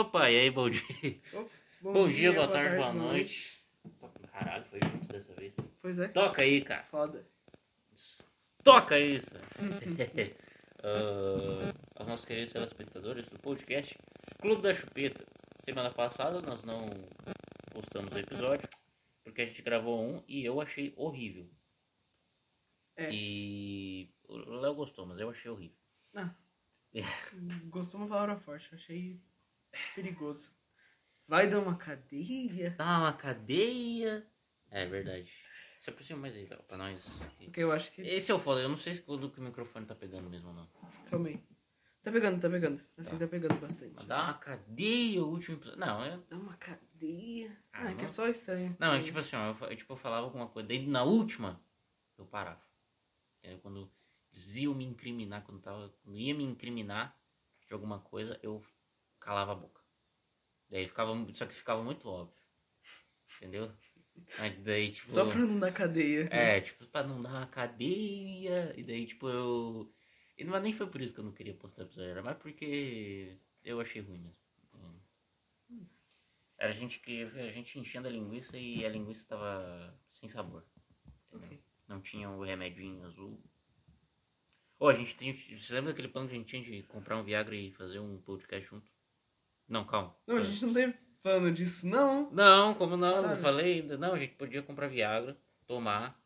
Opa, e aí, bom dia. Bom, dia, boa, tarde, boa boa noite. Caralho, foi junto dessa vez. Pois é. Toca aí, cara. Foda. Toca isso! Ah, aos nossos queridos telespectadores do podcast Clube da Chupeta. Semana passada nós não postamos o episódio porque a gente gravou um e eu achei horrível. É. E o Léo gostou, mas eu achei horrível. Ah. É. Gostou uma palavra forte, achei perigoso. Vai dar uma cadeia? Tá uma cadeia. É verdade. Se aproxima mais aí, Léo, pra nós. Porque eu acho que. Esse é o foda, eu não sei se quando que o microfone tá pegando mesmo ou não. Calma aí. Tá pegando, tá pegando. Assim tá pegando bastante. Mas dá uma cadeia o último episódio. Não, é. Dá uma cadeia. Ah, Ah, é que não. é só estranho. Não, é tipo assim, ó, eu, fa- eu, tipo, eu falava alguma coisa, daí na última eu parava. Entendeu? Quando eles iam me incriminar, quando, tava, quando ia me incriminar de alguma coisa, eu calava a boca. Daí ficava, mu- só que ficava muito óbvio. Entendeu? Mas daí, tipo. Só pra não dar cadeia. É, tipo, pra não dar uma cadeia. E daí, tipo, eu. E não, mas nem foi por isso que eu não queria postar episódio, era mais porque eu achei ruim mesmo. Então, Era a gente que. A gente enchendo a linguiça e a linguiça tava sem sabor. entendeu? Ok. Não tinha o remedinho azul. Ô, a gente tem. Você lembra daquele plano que a gente tinha de comprar um Viagra e fazer um podcast junto? Não, calma. Não, a gente não teve plano disso, não. Não, como não? Não Caralho. falei ainda. Não, a gente podia comprar Viagra, tomar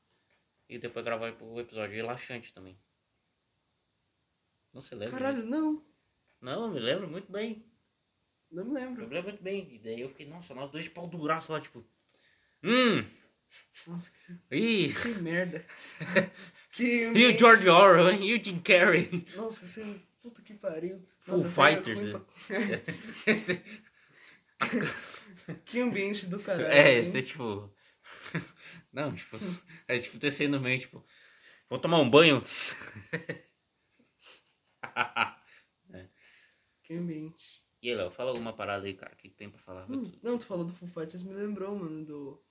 e depois gravar o episódio relaxante também. Não se lembra? disso? Caralho, não. Não, eu me lembro muito bem. Não me Eu lembro. me lembro muito bem. E daí eu fiquei, nossa, nós dois de pau duraço lá, tipo. Hum! Nossa, Ih! que merda. que E o George Orwell, hein? E o Jim Carrey. Nossa, assim, puta que pariu. Full Nossa, essa é Fighters, ruim né? pra- Esse- é, que ambiente do caralho. É, hein? você tipo. Não, tipo. É tipo descer no meio, tipo. Vou tomar um banho. Que ambiente. E aí, Léo, fala alguma parada aí, cara. O que tem pra falar? Hum, Não, tu falou do Full Fighters, me lembrou, mano, do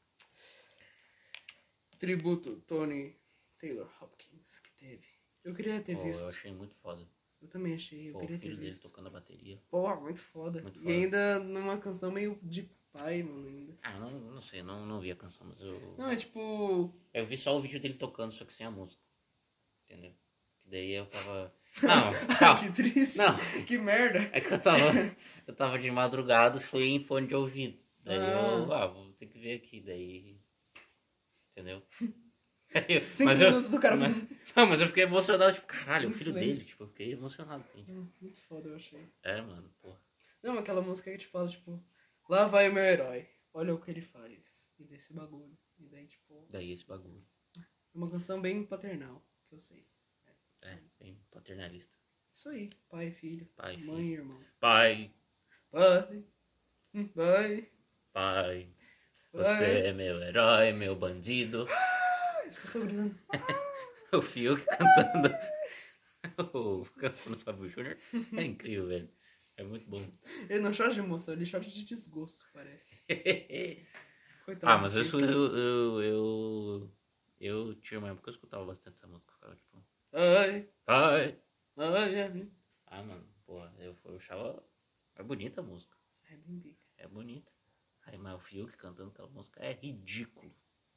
tributo Tony Taylor Hopkins que teve. Eu queria ter Pô, visto. eu Eu, achei muito foda. também achei, eu Pô, o queria filho ter dele visto. tocando a bateria. Pô, muito foda. Muito e foda. ainda numa canção meio de pai, mano, ainda. Ah, não, não sei, não, não vi a canção, mas eu. Não, é tipo... Eu vi só o vídeo dele tocando, só que sem a música. Entendeu? Que daí eu tava. Não, calma. que triste. Não. Que merda. É que eu tava. Eu tava de madrugada, fui em fone de ouvido. Daí eu. Ah, vou ter que ver aqui, daí. Entendeu? Aí eu- Cinco mas eu- minutos do cara mas- Não, mas eu fiquei emocionado, tipo, caralho, o Em filho silêncio. dele, tipo, eu fiquei emocionado. Assim. Hum, Muito foda, eu achei. É, mano, porra. Não, mas aquela música que te fala, tipo, lá vai o meu herói, olha o que ele faz. E desse bagulho. E daí, tipo, Daí esse bagulho. é uma canção bem paternal, que eu sei. É, bem paternalista. Isso aí, pai, filho, Pai, mãe filho. e irmão. Pai, Pai, hum, pai, pai. pai. Você é meu herói, meu bandido. Ah, as pessoas gritando. O Fiuk cantando. O canção do Fábio Júnior. É incrível, velho. É muito bom. Ele não chora de emoção, ele chora de desgosto, parece. Coitado. ah, mas do eu, filho. escu- eu, eu, eu, eu tinha uma época que eu escutava bastante essa música. eu Ficava tipo, Ai, pai. ai, é ai. Ah, mano, porra, eu, eu achava. É bonita a música. Ai, bem bica. É bonita. Aí, mas o Fiuk cantando aquela música é ridículo.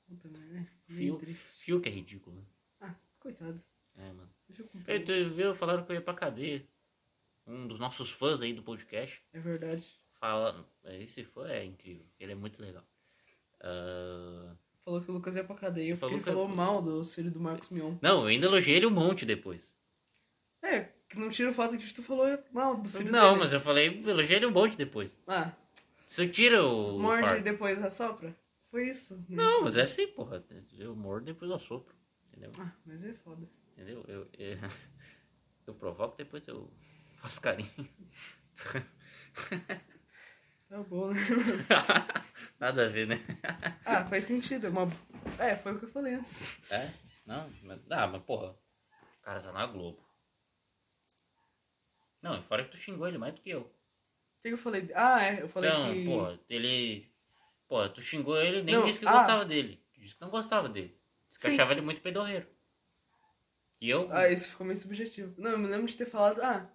Puta merda. Meio Fiuk, né? triste. Fiuk é ridículo, né? Ah, coitado. É, mano. Eu fico com Ei, pena. tu viu? Falaram que eu ia pra cadeia. Um dos nossos fãs aí do podcast. É verdade. fala. Esse fã é incrível, ele é muito legal. Ah, Falou que o Lucas ia pra cadeia porque Falou ele que- é- falou mal do filho do Marcos Mion. Não, eu ainda elogiei ele um monte depois. É, que não tira o fato que tu falou mal do filho Não, dele. mas eu falei, elogiei ele um monte depois. Ah, Você tira o. morde fardo. e depois assopra? Foi isso? né? Não, mas é assim, porra. Eu mordo e depois eu sopro. Entendeu? Ah, mas é foda. Entendeu? Eu, eu, eu provoco depois eu faço carinho. Tá bom, né? Nada a ver, né? ah, faz sentido. É, uma... é, foi o que eu falei antes. É? Não? Mas, ah, mas porra. O cara tá na Globo. Não, e fora que tu xingou ele mais do que eu. O que eu falei? Ah, é, eu falei Então, que... pô, ele. Pô, tu xingou ele nem Não, disse que ah. gostava dele. Tu disse que não gostava dele. Disse que Sim. achava ele muito pedorreiro. E eu. Ah, isso ficou meio subjetivo. Não, eu me lembro de ter falado... Ah,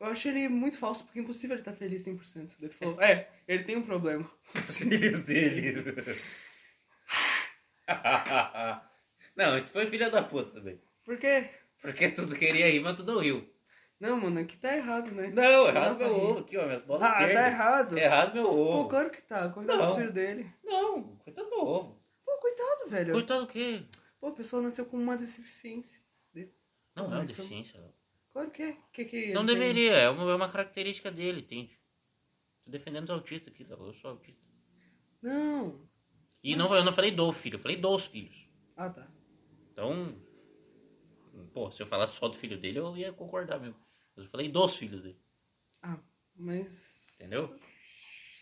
eu Eu acho ele muito falso, porque é impossível ele estar tá feliz 100%. Daí tu falou, é, ele tem um problema. Os filhos dele. não, tu foi filha da puta também. Por quê? Porque tu queria rir, mas tu não riu. Não, mano, aqui tá errado, né? Não, dá errado é pra meu rir. ovo aqui, ó. Minhas bolas Ah, esquerdas. tá errado. Errado meu Pô, ovo. claro que tá. Coitado do Não. filho dele. Não, coitado do meu ovo. Pô, coitado, velho. Coitado do quê? Pô, a pessoa nasceu com uma deficiência. Não, Não, é uma isso- deficiência. Claro que é. Que, que ele Não tem? deveria, é uma, é uma característica dele, entende? Tô defendendo os autistas aqui, tá? eu sou autista. Não. E não, eu não falei do filho, eu falei dos filhos. Ah, tá. Então, pô, se eu falasse só do filho dele, eu ia concordar mesmo. Mas eu falei dos filhos dele, Ah, mas... entendeu?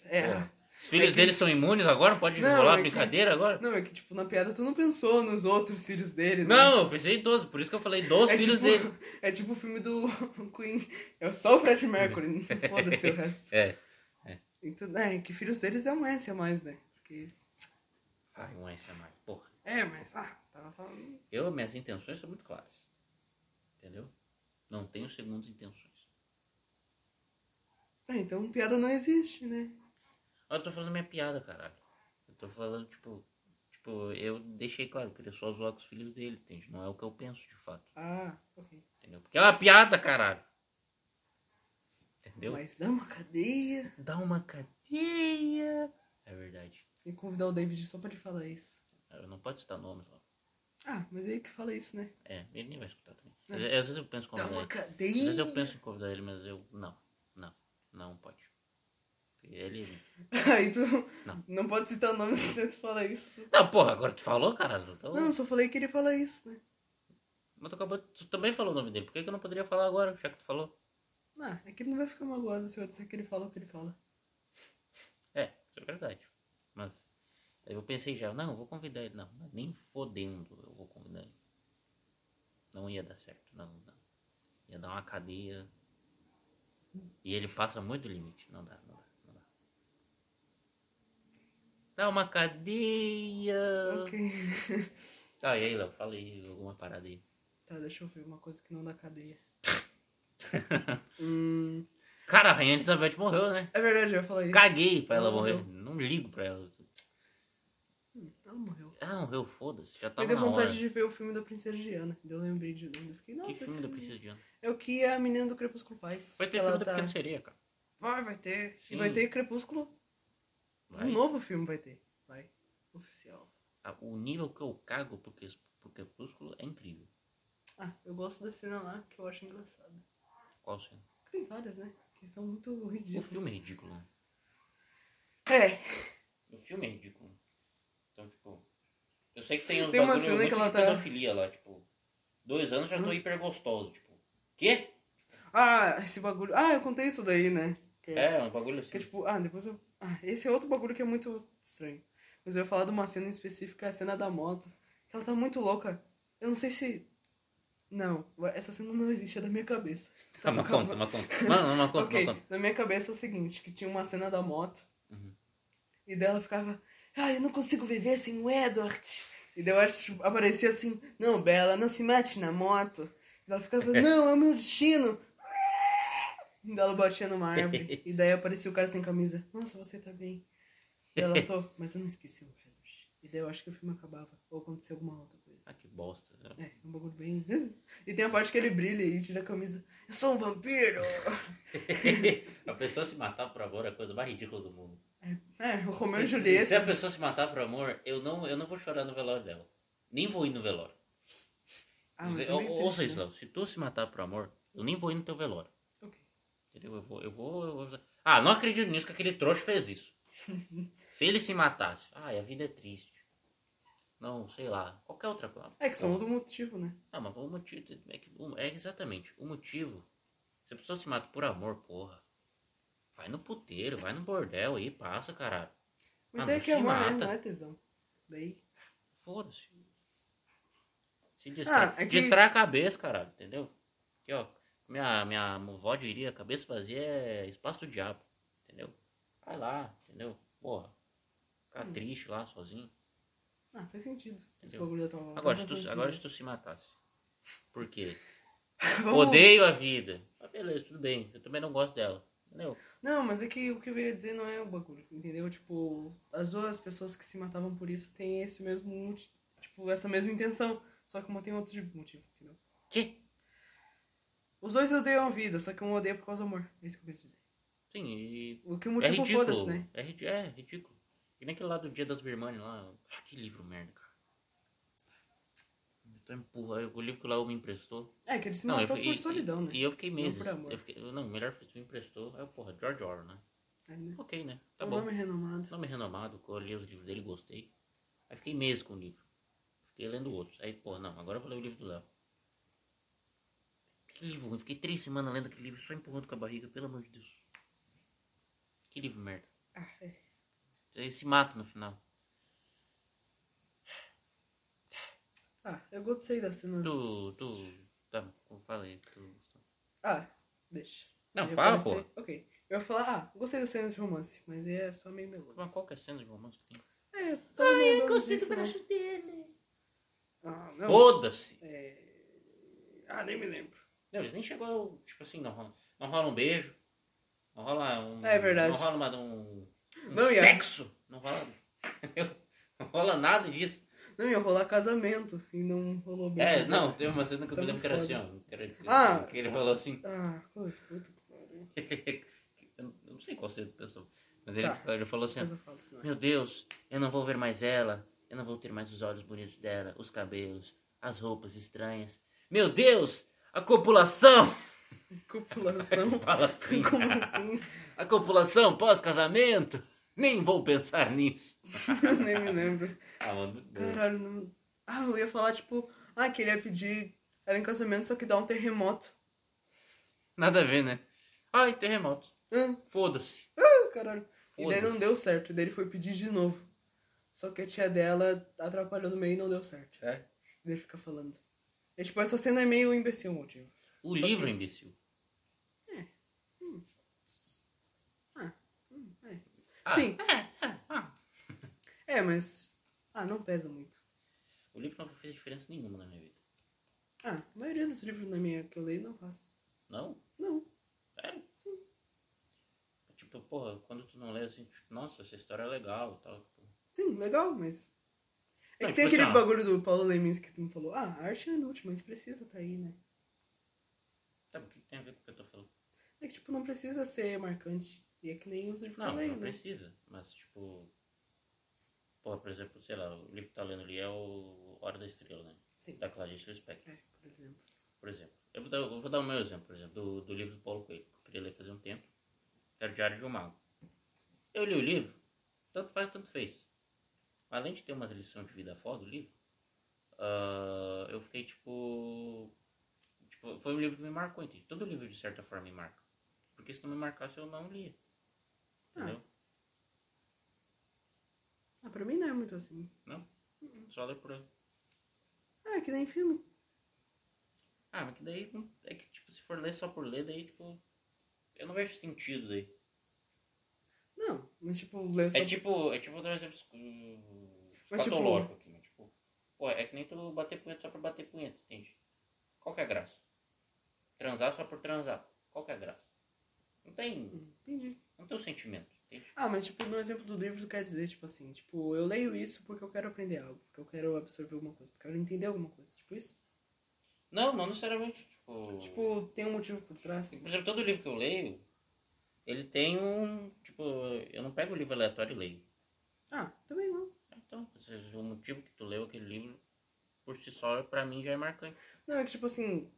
É. Os filhos que- dele são imunes agora? Pode Não, rolar é que- brincadeira agora? Não, é que, tipo, na piada tu não pensou nos outros filhos dele, né? Não, eu pensei em todos, por isso que eu falei dos É filhos tipo, dele. é tipo o filme do Queen. É só o Fred Mercury. Foda-se o resto. É. Então, é, que filhos deles é um S a mais, né? Porque... Ai, um S a mais, porra. É, mas... Ah, tava falando... Eu, minhas intenções são muito claras. Entendeu? Não tenho segundas intenções. Ah, então piada não existe, né? Ah, Eu tô falando minha piada, caralho. Eu tô falando, tipo. Tipo, eu deixei claro, eu queria só zoar com os filhos dele, entende? Não é o que eu penso, de fato. Ah, ok. Entendeu? Porque é uma piada, caralho. Entendeu? Mas dá uma cadeia. Dá uma cadeia. É verdade. Tem que convidar o David só pra ele falar isso. Eu não pode citar nomes, ó. Ah, mas ele que fala isso, né? É, ele nem vai escutar também. Às, às vezes eu penso em É. Dá convidar uma ele. cadeia. Às vezes eu penso em convidar ele, mas eu. Não, não, não pode. Ele. Aí tu Não. não, pode citar o nome se tu fala isso. Não, porra, agora tu falou, caralho. Então... Não, eu só falei que ele fala isso, né? Mas tu, acabou... tu também falou o nome dele. Por que, que eu não poderia falar agora, já que tu falou? Ah, é que ele não vai ficar magoado se eu disser que ele fala o que ele fala. É, isso é verdade. Mas aí eu pensei já, não, eu vou convidar ele. Não, mas nem fodendo eu vou convidar ele. Não ia dar certo, não, não. Ia dar uma cadeia. E ele passa muito limite. Não dá, não dá, não dá. Dá uma cadeia. Ok. Tá, e aí, Léo, fala aí alguma parada aí. tá, deixa eu ver uma coisa que não dá cadeia. Hum, Cara, a Rainha Elizabeth morreu, né? é verdade, eu ia falar isso. Caguei pra ela Ela morrer. morreu. Não ligo pra ela. Ela Ah, morreu. Ela morreu, foda-se. Já Me tava deu na hora. vontade de ver o filme da Princesa Diana. Daí Eu lembrei de nome. eu Fiquei, nossa, Que filme esse da Princesa Diana? É o que a menina do Crepúsculo faz. Vai ter Ela filme da tá- Pequena Sereia, cara. Vai, vai ter. Sim. E vai ter Crepúsculo. Vai. Um novo filme vai ter. Vai. Oficial. Ah, O nível que eu cago pro Crepú- pro Crepúsculo é incrível. Ah, eu gosto da cena lá que eu acho engraçada. Qual cena? Porque Tem várias, né? Que são muito O ridículas. filme é ridículo. né? É. O filme é ridículo. Então, tipo... Eu sei que tem uns Tem uma bagulho cena muito que ela de tá- Hum? pedofilia lá, tipo... Dois anos já tô hiper gostoso, tipo... Quê? Ah, esse bagulho. Ah, eu contei isso daí, né? Que- É, um bagulho assim. Que é tipo, ah, depois eu. Ah, esse é outro bagulho que é muito estranho. Mas eu ia falar de uma cena em específica, a cena da moto. Que ela tá muito louca. Eu não sei se. Não, essa cena não existe, é da minha cabeça. Tá, uma conta, uma conta. Mano, uma conta, ok, uma conta. na minha cabeça é o seguinte, que tinha uma cena da moto. Uhum. E dela ficava, ah, eu não consigo viver sem o Edward. E daí eu acho, aparecia assim, não, Bela, não se mate na moto. E ela ficava, não, é o meu destino. E daí ela batia numa árvore. e daí aparecia o cara sem camisa. Nossa, você tá bem. E ela tô, mas eu não esqueci o Edward. E daí eu acho que o filme acabava. Ou acontecia alguma outra coisa. Ah, que bosta. né? É, um bagulho bem. E tem a parte que ele brilha e tira a camisa. Eu sou um vampiro! a pessoa se matar por amor é a coisa mais ridícula do mundo. É, o Romeu e se, se- se Julieta. a pessoa se matar por amor, eu não, eu não vou chorar no velório dela. Nem vou ir no velório. Ah, mas Dizer- é ou- meio ouça triste, isso, né? Léo. Se tu se matar por amor, eu nem vou ir no teu velório. Ok. Entendeu? Eu vou, eu vou, eu vou- Ah, não acredito nisso que aquele trouxa fez isso. se ele se matasse, ai, a vida é triste. Não, sei lá, qualquer outra coisa. É que são do motivo, né? Não, mas o motivo. É, que- um- é exatamente. O motivo. Se a pessoa se mata por amor, porra. Vai no puteiro, vai no bordel aí, passa, caralho. Mas Ah, é mas que se é amor, né? mata. não é tesão. Daí. Foda-se. Se distrai, Ah, é que- distrai a cabeça, caralho, entendeu? Aqui, ó. Minha, minha vó diria, cabeça vazia é espaço do diabo, entendeu? Vai lá, entendeu? Porra. Ficar Hum. triste lá, sozinho. Ah, faz sentido. Esse Entendeu? bagulho da tua avó. Agora Tá se, tu, fazendo agora se sentido. tu se matasse. Por quê? Vamos- Odeio a vida. Ah, beleza, tudo bem. Eu também não gosto dela. Entendeu? Não, mas é que o que eu ia dizer não é o bagulho, entendeu? Tipo, as duas pessoas que se matavam por isso têm esse mesmo, multi- tipo, essa mesma intenção, só que uma tem outro tipo de motivo, entendeu? Que? Os dois odeiam a vida, só que um odeia por causa do amor, é isso que eu quis dizer. Sim, e. O que o É motivo foda-se, ridículo. né? É, ridi- é ridículo. E nem aquele lá do Dia das Birmanes lá. Ah, que livro merda, cara. Eu tô empurra. O livro que lá o me emprestou. É, que ele se eu matou fui- por e- solidão, e, né? E eu fiquei meses. por amor. Eu fiquei, eu- não, melhor foi tu me emprestou. Aí, eu, porra, George Orwell, né? É, né? Ok, né? Tá o bom. nome é renomado. Nome renomado, eu li os livros dele, gostei. Aí fiquei meses com o livro. Fiquei lendo outros. Aí, porra, não, agora eu vou ler o livro do Léo. Que livro ruim. Fiquei três semanas lendo aquele livro, só empurrando com a barriga, pelo amor de Deus. Que livro merda. Ah, é. Aí se mata no final. Ah, eu gostei das cenas. Tu, tu, tá, como falei, tu. Ah, deixa. Não, Eu ia fala, parecer- pô. Ok. Eu ia falar, ah, gostei das cenas de romance, mas é só meio Mas meloso. qual que é a cena de romance que tem? É, todo Ai, mundo gostei disso, do né? braço dele. Ah, não. Foda-se! É... Ah, nem me lembro. Não, eles nem chegou, tipo assim, não rola, não rola um beijo, não rola um. É verdade. Não rola uma- um, um Não, e a- sexo, não rola. Não rola nada disso. Não, ia rolar casamento e não rolou bem. É, não, tem uma cena que eu Isso é me lembro que era muito assim, ó. Que, era- que- Ah! que ele falou assim. Ah, pô, puta que É. pariu. eu não sei qual cena do pessoal, mas ele, Tá. ele falou assim: ó, Depois eu falo isso, né? não. Meu Deus, eu não vou ver mais ela, eu não vou ter mais os olhos bonitos dela, os cabelos, as roupas estranhas. Meu Deus, a copulação! Copulação. Fala assim. Como assim? A copulação pós-casamento? Nem vou pensar nisso. nem me lembro. Ah, mano, muito bom. Caralho, não... Ah, eu ia falar, tipo... Ah, que ele ia pedir ela em casamento, só que dá um terremoto. Nada a ver, né? Ai, terremoto. Ah, Foda-se. ah, caralho. E daí Foda-se. não deu certo. E daí ele foi pedir de novo. Só que a tia dela atrapalhou no meio e não deu certo. É. E daí fica falando. É, tipo, essa cena é meio imbecil o motivo. O Só livro, que- imbecil. Hum, é. Ah, Sim. é, é, ah. É, mas. Ah, não pesa muito. O livro não fez diferença nenhuma na minha vida. Ah, a maioria dos livros na minha que eu leio não faço. Não? Não. Sério? Tipo, porra, quando tu não lê assim, tipo, nossa, essa história é legal e tal. tipo. Sim, legal, mas. É Não, que tem tipo aquele assim, ó. bagulho do Paulo Lemins que tu me falou. Ah, a arte é inútil, mas precisa tá aí, né? Tá, mas o que tem a ver com o que eu tô falando? É que, tipo, não precisa ser marcante. E é que nem os livros que Não, eu leio, não né? precisa. Mas, tipo. Porra, por exemplo, sei lá, o livro que tá lendo ali é o Hora da Estrela, né? Sim. Da Clarice Lispector. É, por exemplo. Por exemplo, eu vou dar, eu vou dar o meu exemplo, por exemplo, do, do livro do Paulo Coelho, que eu queria ler fazia um tempo, que era o Diário de um Mago. Eu li o livro, tanto faz, tanto fez. Além de ter uma lição de vida foda, o livro, ah, eu fiquei tipo, tipo. Foi um livro que me marcou, entende? Todo livro, de certa forma, me marca. Porque se não me marcasse, eu não lia. Ah. Entendeu? Ah, pra mim não é muito assim. Não? Só ler por aí. Ah, é que nem filme. Ah, mas que daí não- é que tipo, se for ler só por ler, daí tipo. Eu não vejo sentido daí. Não, mas tipo, leio só. É tipo, é tipo dar um exemplo hum, Mas, tipo, escatológico aqui, né? Tipo, pô, é que nem tu bater punheta só pra bater punheta, entende? Qual que é a graça? Transar só por transar. Qual que é a graça? Não tem, Hum, Entendi. não tem o sentimento, entende? Ah, mas tipo, no exemplo do livro tu quer dizer, tipo assim, tipo, eu leio isso porque eu quero aprender algo, porque eu quero absorver alguma coisa, porque eu quero entender alguma coisa. Tipo isso? Não, não necessariamente, tipo... Tipo, tem um motivo por trás. Por exemplo, todo livro que eu leio, ele tem um... Tipo, eu não pego o livro aleatório e leio. Ah, também não. Então, se o motivo que tu leu aquele livro, por si só, pra mim já é marcante. Não, é que tipo assim.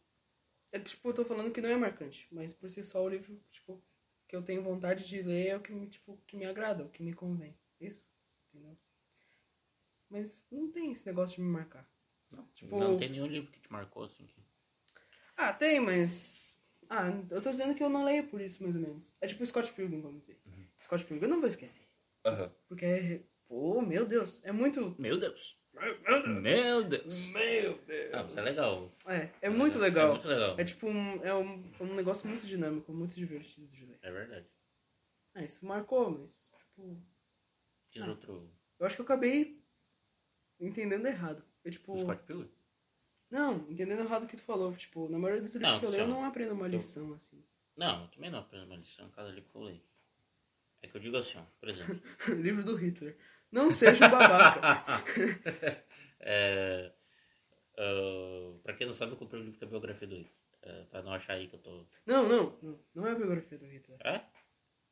É que tipo, eu tô falando que não é marcante, mas por si só o livro, tipo, que eu tenho vontade de ler é o que me, tipo, que me agrada, o que me convém. Isso? Entendeu? Mas não tem esse negócio de me marcar. Não, Tipo- não tem nenhum livro que te marcou, assim, que... Ah, tem, mas. Ah, eu tô dizendo que eu não leio por isso, mais ou menos. É tipo o Scott Pilgrim, vamos dizer. Scott Pilgrim, eu não vou esquecer. Porque é. Pô, meu Deus, é muito. Meu Deus. Meu Deus. Meu Deus! Ah, mas é legal. É, é muito É legal. muito legal. É tipo um, é um, um negócio muito dinâmico, muito divertido de ler. É verdade. Ah, isso marcou, mas tipo, Diz Ah. outro. eu acho que eu acabei entendendo errado. Eu tipo, O Scott Pilgrim? Não, entendendo errado o que tu falou. Tipo, na maioria dos livros Não, que eu leio, eu funciona. não aprendo uma Eu- lição, assim. Não, eu também não aprendo uma lição cada livro que eu leio. É que eu digo assim, ó, por exemplo. livro do Hitler. Não seja um babaca. é, ah, pra quem não sabe, eu comprei o livro que é a biografia do Hitler. É, pra não achar aí que eu tô. não, não, não. Não é a biografia do Hitler. É?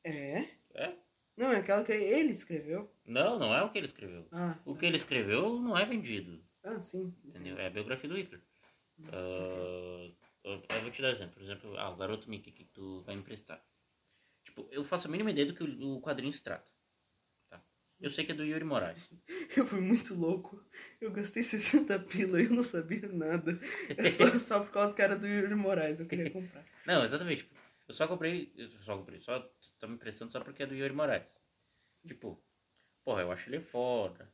É? É? Não, é aquela que ele escreveu. Não, não é o que ele escreveu. Ah, O que ele escreveu não é vendido, ah sim. entendeu? É a biografia do Hitler. Ah, eu, eu vou te dar exemplo. Por exemplo, ah, o Garoto Mickey que tu vai me emprestar. Tipo, eu faço a mínima ideia do que o, o quadrinho se trata. Tá? Eu sei que é do Yuri Moraes. Eu fui muito louco. Eu gastei 60 pila e eu não sabia nada. É só, só por causa do cara do Yuri Moraes. Eu queria comprar. Não, exatamente. Tipo, eu só comprei. Eu só comprei. Só tá me emprestando só porque é do Yuri Moraes. Tipo, porra, eu acho ele foda.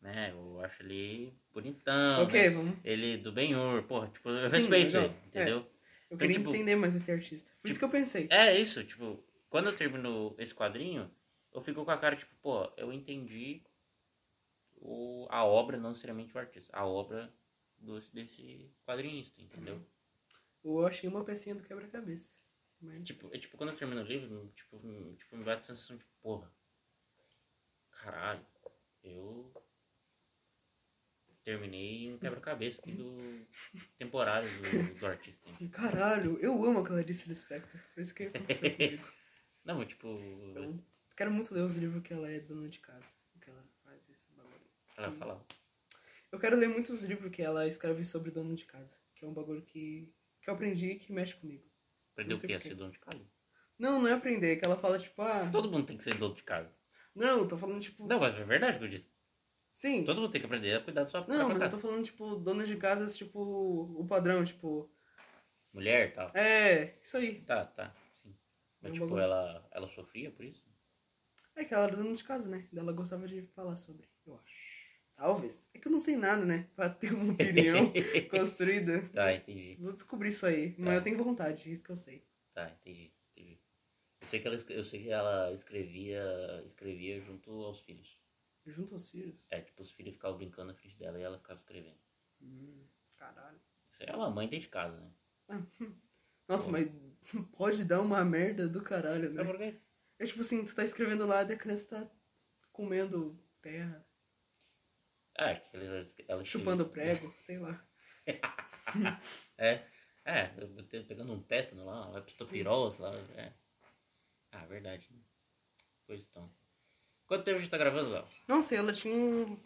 Né? Eu acho ele bonitão. Ok, né? vamos. Ele do Benhur, porra, tipo, eu Sim, respeito legal. É. ele, entendeu? Eu Então, queria tipo, entender mais esse artista. Por isso que eu pensei. É isso, tipo, quando eu termino esse quadrinho, eu fico com a cara, tipo, pô, eu entendi o, a obra, não necessariamente o artista, a obra do, desse quadrinista, entendeu? Uhum. Eu achei uma pecinha do quebra-cabeça. Mas... Tipo, é tipo, quando eu termino o livro, tipo, me- tipo me bate a sensação de, porra, caralho, eu terminei um quebra-cabeça aqui do temporário do, do artista. hein? Caralho, eu amo a Clarice Lispector. Por isso que aconteceu comigo. Não, mas, tipo, Eu quero muito ler os livros que ela é dona de casa. Que ela faz esse bagulho. ela fala, Eu quero ler muitos livros que ela escreve sobre dono de casa. Que é um bagulho que, que eu aprendi e que mexe comigo. aprendeu Não o sei que é por quê. ser dono de casa? Não, não é aprender. É que ela fala, tipo, ah... Todo mundo tem que ser dono de casa. Não, eu tô falando, tipo... Não, mas é verdade o que eu disse. Sim. Todo mundo tem que aprender a cuidar da sua Não, própria mas eu casa. tô falando, tipo, dono de casas, tipo, o padrão, tipo... Mulher e tal. É, isso aí. Tá, tá. Sim. Mas, É um tipo, bagulho. ela, ela sofria por isso? É que ela era dona de casa, né? Daí Ela gostava de falar sobre, eu acho. Talvez. É que eu não sei nada, né? Pra ter uma opinião construída. Tá, entendi. Vou descobrir isso aí. Mas Tá. eu tenho vontade, é isso que eu sei. Tá, entendi, entendi. Eu sei que ela, escre- eu sei que ela escrevia, escrevia junto aos filhos. Junto aos filhos. É, tipo, os filhos ficavam brincando na frente dela e ela ficava escrevendo. Hum, caralho. Isso aí é uma mãe dentro de casa, né? Nossa, Bom. mas pode dar uma merda do caralho, Sabe né? por quê? É tipo assim, tu tá escrevendo lá e a criança tá comendo terra, É, que eles, ela chupando prego, sei lá. É, é, eu botei- pegando um tétano lá, uma leptopirose lá, é. Ah, verdade. né? Pois então. Quanto tempo a gente tá gravando, Léo? Nossa, e ela tinha um.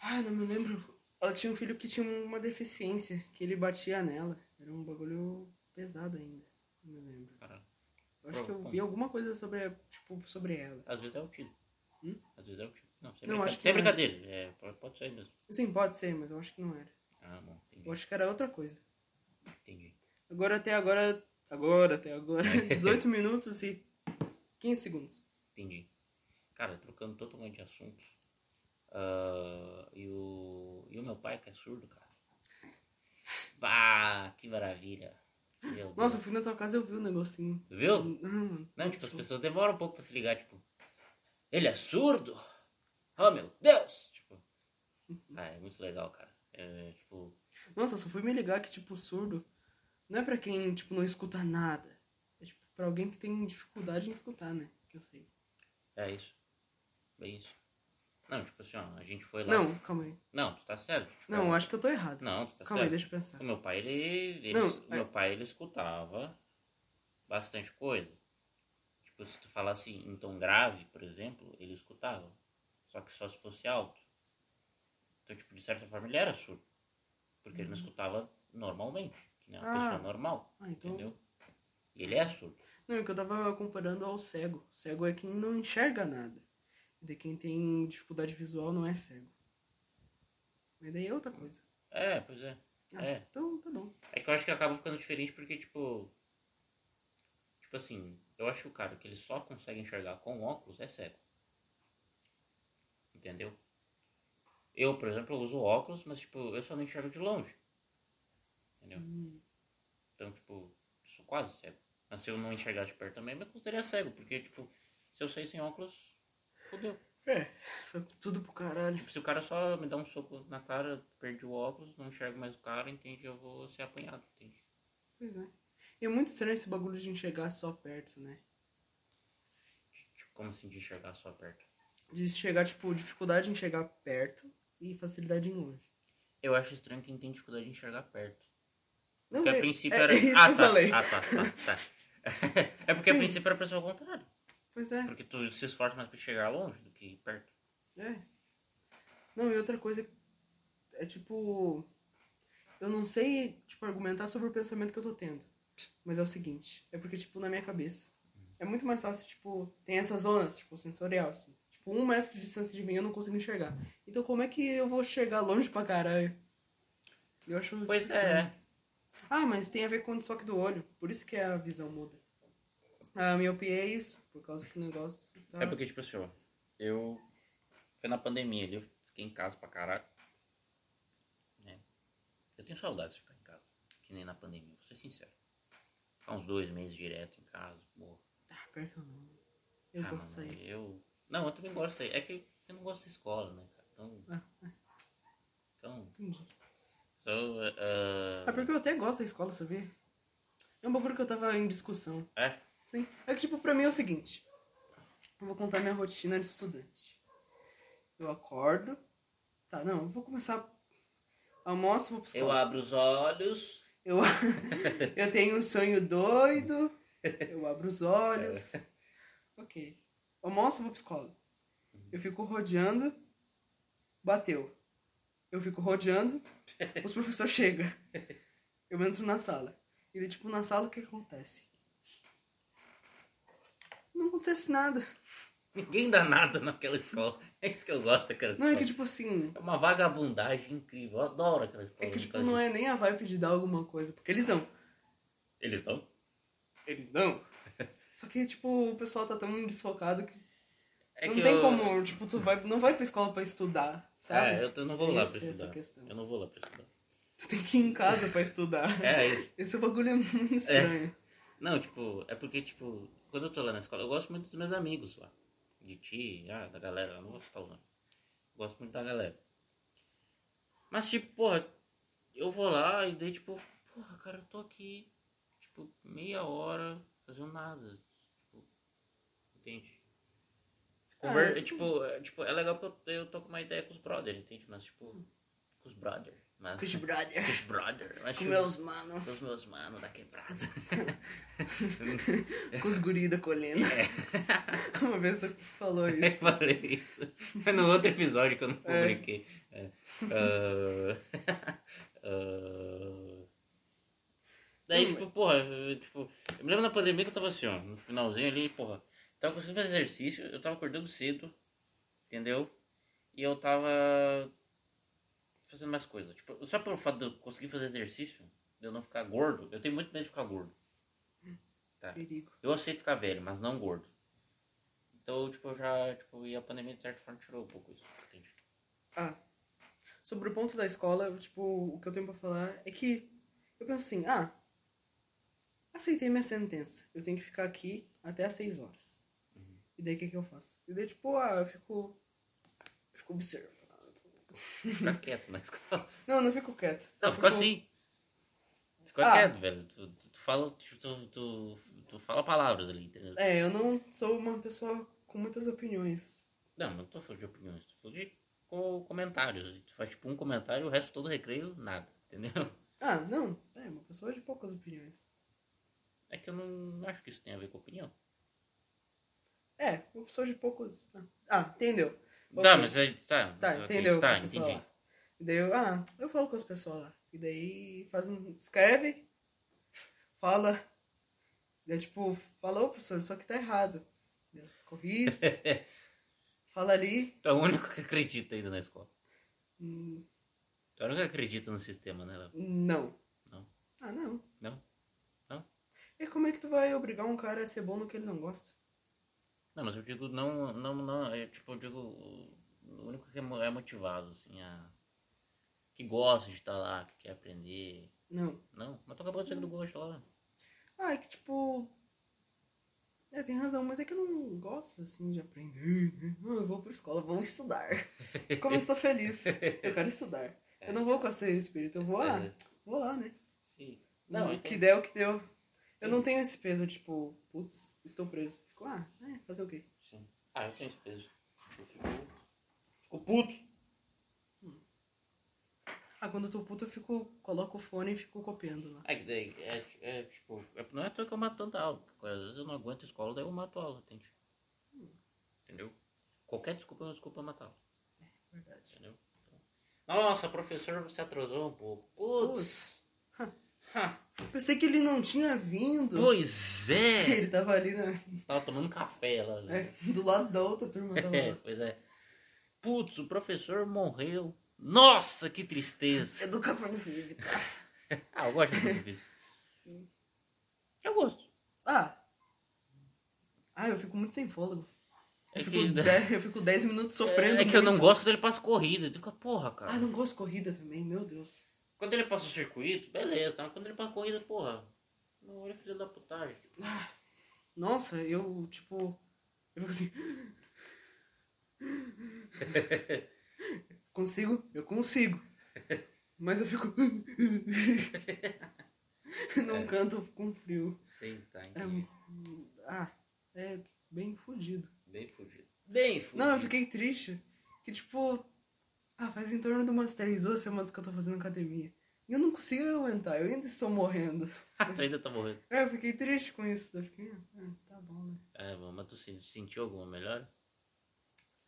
Ai, não me lembro. Ela tinha um filho que tinha uma deficiência, que ele batia nela. Era um bagulho pesado ainda. Não me lembro. Caralho. Eu acho que eu vi alguma coisa sobre, tipo, sobre ela. Às vezes é o tiro. Hum? Às vezes é o tiro. Não, sem, Não, brinca- acho que sem não é. brincadeira. É, pode, pode sair mesmo. Sim, pode ser, mas eu acho que não era. Ah, bom, entendi. Eu acho que era outra coisa. entendi. Agora até agora. Agora até agora. 18 minutos e 15 segundos. Entendi. Cara, trocando totalmente de assunto. Ah, e, o, e o meu pai que é surdo, cara. Bah, que maravilha. Meu Nossa, eu Deus. fui na tua casa e eu vi um negocinho. Viu? Hum, Não, tipo, as pessoas demoram um pouco pra se ligar, tipo. Ele é surdo? Oh, meu Deus! Tipo, Uhum. ah, é muito legal, cara. É, tipo, Nossa, eu só fui me ligar que, tipo, surdo não é pra quem, tipo, não escuta nada. É, tipo, pra alguém que tem dificuldade em escutar, né? Que eu sei. é isso. É isso. Não, tipo assim, ó, a gente foi lá. Não, calma aí. Não, tu tá certo. tipo, Não, eu é- acho que eu tô errado. Não, tu tá calma certo. aí, deixa eu pensar. O meu pai, ele, ele- Não, o é- meu pai, ele escutava bastante coisa. Tipo, se tu falasse em tom grave, por exemplo, ele escutava. Só que só se fosse alto. Então, tipo, de certa forma, ele era surdo. Porque ele não escutava normalmente, que nem uma Uhum. Ah. pessoa normal, Ah, então- entendeu? E ele é surdo. Não, é que eu tava comparando ao cego. Cego é quem não enxerga nada. E daí quem tem dificuldade visual não é cego. Mas daí é outra coisa. É, pois é. Ah, É. Então, tá bom. É que eu acho que acaba ficando diferente porque, tipo... Tipo assim, eu acho que o cara que ele só consegue enxergar com óculos é cego. Entendeu? Eu, por exemplo, eu uso óculos, mas, tipo, eu só não enxergo de longe. Entendeu? Então, tipo, sou quase cego. Mas se eu não enxergar de perto também, eu me consideraria cego. Porque, tipo, se eu sair sem óculos, fodeu. É, foi tudo pro caralho. Tipo, se o cara só me dá um soco na cara, perdi o óculos, não enxergo mais o cara, entende? Eu vou ser apanhado, entende? Pois é. E é muito estranho esse bagulho de enxergar só perto, né? Tipo, como assim de enxergar só perto? De enxergar, tipo, dificuldade em chegar perto e facilidade em longe. Eu acho estranho quem tem dificuldade de enxergar perto. Não, Porque a é- princípio é, era. é isso ah, que eu tá. falei. ah, tá, tá, tá. é porque a Sim. princípio era a pessoa ao contrário. Pois é, Porque tu se esforça mais pra chegar longe do que perto. é. Não, e outra coisa é tipo. Eu não sei, tipo, argumentar sobre o pensamento que eu tô tendo. Mas é o seguinte, é porque, tipo, na minha cabeça. Uhum. É muito mais fácil, tipo, tem essas zonas, tipo, sensorial, assim. Tipo, um metro de distância de mim eu não consigo enxergar. Então como é que eu vou chegar longe pra caralho? Eu acho Pois estranho. é. Ah, mas tem a ver com o desfoque do olho. Por isso que a visão muda. A miopia é isso, por causa que o negócio tá... É porque, tipo assim, ó, eu. Foi na pandemia ali, eu fiquei em casa pra caralho. Né? Eu tenho saudades de ficar em casa, que nem na pandemia, vou ser sincero. Ficar uns dois meses direto em casa, pô. Ah, pior que eu não. Eu Ah, gosto mano, aí. Eu. Não, eu também gosto de sair. É que eu não gosto da escola, né, cara? Então. Ah, Então. entendi. Só. ah, Ah, porque eu até gosto da escola, sabia? É um bagulho que eu tava em discussão. É? Sim. É que, tipo, pra mim é o seguinte. Eu vou contar minha rotina de estudante. Eu acordo. Tá, não, eu vou começar. Almoço, vou pra Eu escola. abro os olhos. Eu, eu tenho um sonho doido, eu abro os olhos. Ok. Almoço, vou pra escola. Eu fico rodeando, bateu. Eu fico rodeando, os professores chegam. Eu entro na sala. E daí, tipo, na sala o que acontece? Não acontece nada. Ninguém dá nada naquela escola. É isso que eu gosto daquela Não, escola. é que tipo assim. É uma vagabundagem incrível. Eu adoro aquela escola. É que tipo, daquela não gente. é nem a vibe de dar alguma coisa, porque eles dão. é- Eles estão? Eles dão. Só que, tipo, o pessoal tá tão desfocado que É não que tem eu- como, tipo, tu vai, não vai pra escola pra estudar, sabe? É, eu t- não vou lá Essa- pra estudar. Essa questão. Eu não vou lá pra estudar. Tu tem que ir em casa pra estudar. É isso. Esse bagulho é muito estranho. Não, tipo, é porque, tipo, quando eu tô lá na escola, eu gosto muito dos meus amigos lá. De ti, ah, da galera, eu não vou citar os nomes. Gosto muito da galera. Mas, tipo, porra, eu vou lá e daí, tipo, eu fico, porra, cara, eu tô aqui, tipo, meia hora fazendo nada. Tipo, entende? Conver... Ah, é, tipo, é, tipo, é legal porque eu, eu toco uma ideia com os brother, entende? Mas, tipo, com os brother. Mas, Hum. Com os brother. com os brother. Mas, Com tipo, meus mano. com os meus tá manos da quebrada. Com os guris da colina. É. Uma vez tu falou Eu isso. falei isso. Foi no outro episódio que eu não publiquei. É. Ah, ah. Daí, Não, tipo, porra, eu, tipo, eu me lembro na pandemia que eu tava assim, ó, no finalzinho ali, porra, tava conseguindo fazer exercício, eu tava acordando cedo, entendeu? E eu tava fazendo mais coisas. Tipo, só pelo fato de eu conseguir fazer exercício, de eu não ficar gordo, eu tenho muito medo de ficar gordo. Tá. Perigo. Eu aceito ficar velho, mas não gordo. Então, tipo, eu já, tipo, e a pandemia de certa forma tirou um pouco isso, entende? Ah. Sobre o ponto da escola, tipo, o que eu tenho pra falar é que eu penso assim, ah, aceitei minha sentença. Eu tenho que ficar aqui até às 6 horas. Uhum. E daí o que, que eu faço? E daí, tipo, ah, eu fico. Eu fico observando. Ficar quieto na escola. Não, eu não fico quieto. Não, Eu ficou fico- assim. Ficou Ah. quieto, velho. Tu, tu, tu fala, tu, tu, tu, tu fala palavras ali, entendeu? É, eu não sou uma pessoa com muitas opiniões. Não, não tô falando de opiniões, tô falando de co- comentários. Tu faz, tipo, um comentário, o resto todo recreio, nada, entendeu? Ah, não. É, uma pessoa de poucas opiniões. É que eu não, não acho que isso tenha a ver com opinião. É, uma pessoa de poucos. Ah, ah, entendeu. Tá, Ok. mas aí, tá. Tá, ok, entendeu? Tá, com a pessoa entendi. lá. E daí eu, ah, eu falo com as pessoas lá. E daí faz um. Escreve, fala. Daí tipo, fala, ô professor, só que tá errado. Daí eu Corrige. fala ali. Tu é o único que acredita ainda na escola. hum, Tu é o único que acredita no sistema, né, Léo? Não. Não. Ah, não. Não? E como é que tu vai obrigar um cara a ser bom no que ele não gosta? Não, mas eu digo não, não, não, é tipo, eu digo o único que é mo- é motivado, assim, a... que gosta de estar lá, que quer aprender. Não. Não, mas tu acabou de sair do gosto lá. Ah, é que tipo. É, tem razão, mas é que eu não. gosto assim de aprender. né? Ah, Eu vou pra escola, vou estudar. Como eu estou feliz. Eu quero estudar. Eu não vou com a ceia do espírito, eu vou lá. É. Vou lá, né? Sim. Não, o que então, der, o que deu. Eu Sim. não tenho esse peso, tipo, putz, estou preso. Fico, ah, é, fazer o quê? sim. Ah, eu tenho esse peso. Eu fico, fico puto. Ah, quando eu tô puto, eu fico, coloco o fone e fico copiando lá. É que daí, é, ti- é, tipo, é- não é à toa que eu mato tanta aula. porque Às vezes eu não aguento a escola, daí eu mato a aula, entende? Entendeu? Qualquer desculpa é uma desculpa pra matar aula, Verdade. entendeu? Então, Nossa, professor, você atrasou um pouco. Putz! Ha, Pensei que ele não tinha vindo. Pois é! Ele tava ali, né? Tava tomando café lá, né? É, do lado da outra turma. Tava É, lá. pois é. Putz, o professor morreu. Nossa, que tristeza. Educação física. Ah, eu gosto desse vídeo. Eu gosto. Ah. Ah, eu fico muito sem fôlego. É Eu que, fico, dez- eu fico 10 minutos sofrendo. é que eu não muito. gosto quando ele passa corrida. Tu fica, porra, cara. Ah, não gosto de corrida também, meu Deus. Quando ele passa o circuito, beleza. Tá? Mas Quando ele passa corrida, porra. Não, ele é filho da putagem. Nossa, eu, tipo. Eu fico assim. consigo? Eu consigo. Mas eu fico. É. Num canto com frio. Sim, tá, É, entendi. ah, é bem fodido. Bem fugido. Bem fugido. Não, eu fiquei triste. Que tipo. Ah, faz em torno de umas três, duas semanas que eu tô fazendo academia. E eu não consigo aguentar, eu ainda estou morrendo. tu ainda tá morrendo. É, eu fiquei triste com isso. Eu fiquei, ah, tá bom, né? É, bom, mas tu se- sentiu alguma melhor?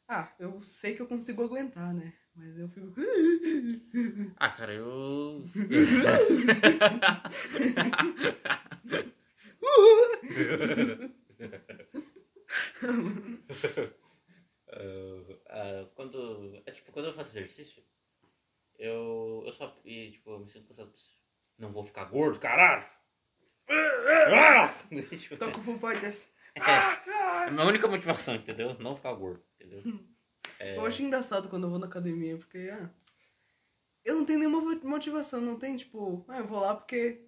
Ah, eu sei que eu consigo aguentar, né? Mas eu fico. Ah, cara, eu. Ah, ah, quando. É tipo, quando eu faço exercício, eu. Eu só. E, tipo, eu me sinto cansado. Não vou ficar gordo, caralho! Ah! Tipo, Toco o Full Fighters. ah, é a minha única motivação, entendeu? Não ficar gordo, entendeu? Hum. É, Eu acho engraçado quando eu vou na academia, porque. Ah, eu não tenho nenhuma vo- motivação, não tem tipo. Ah, eu vou lá porque.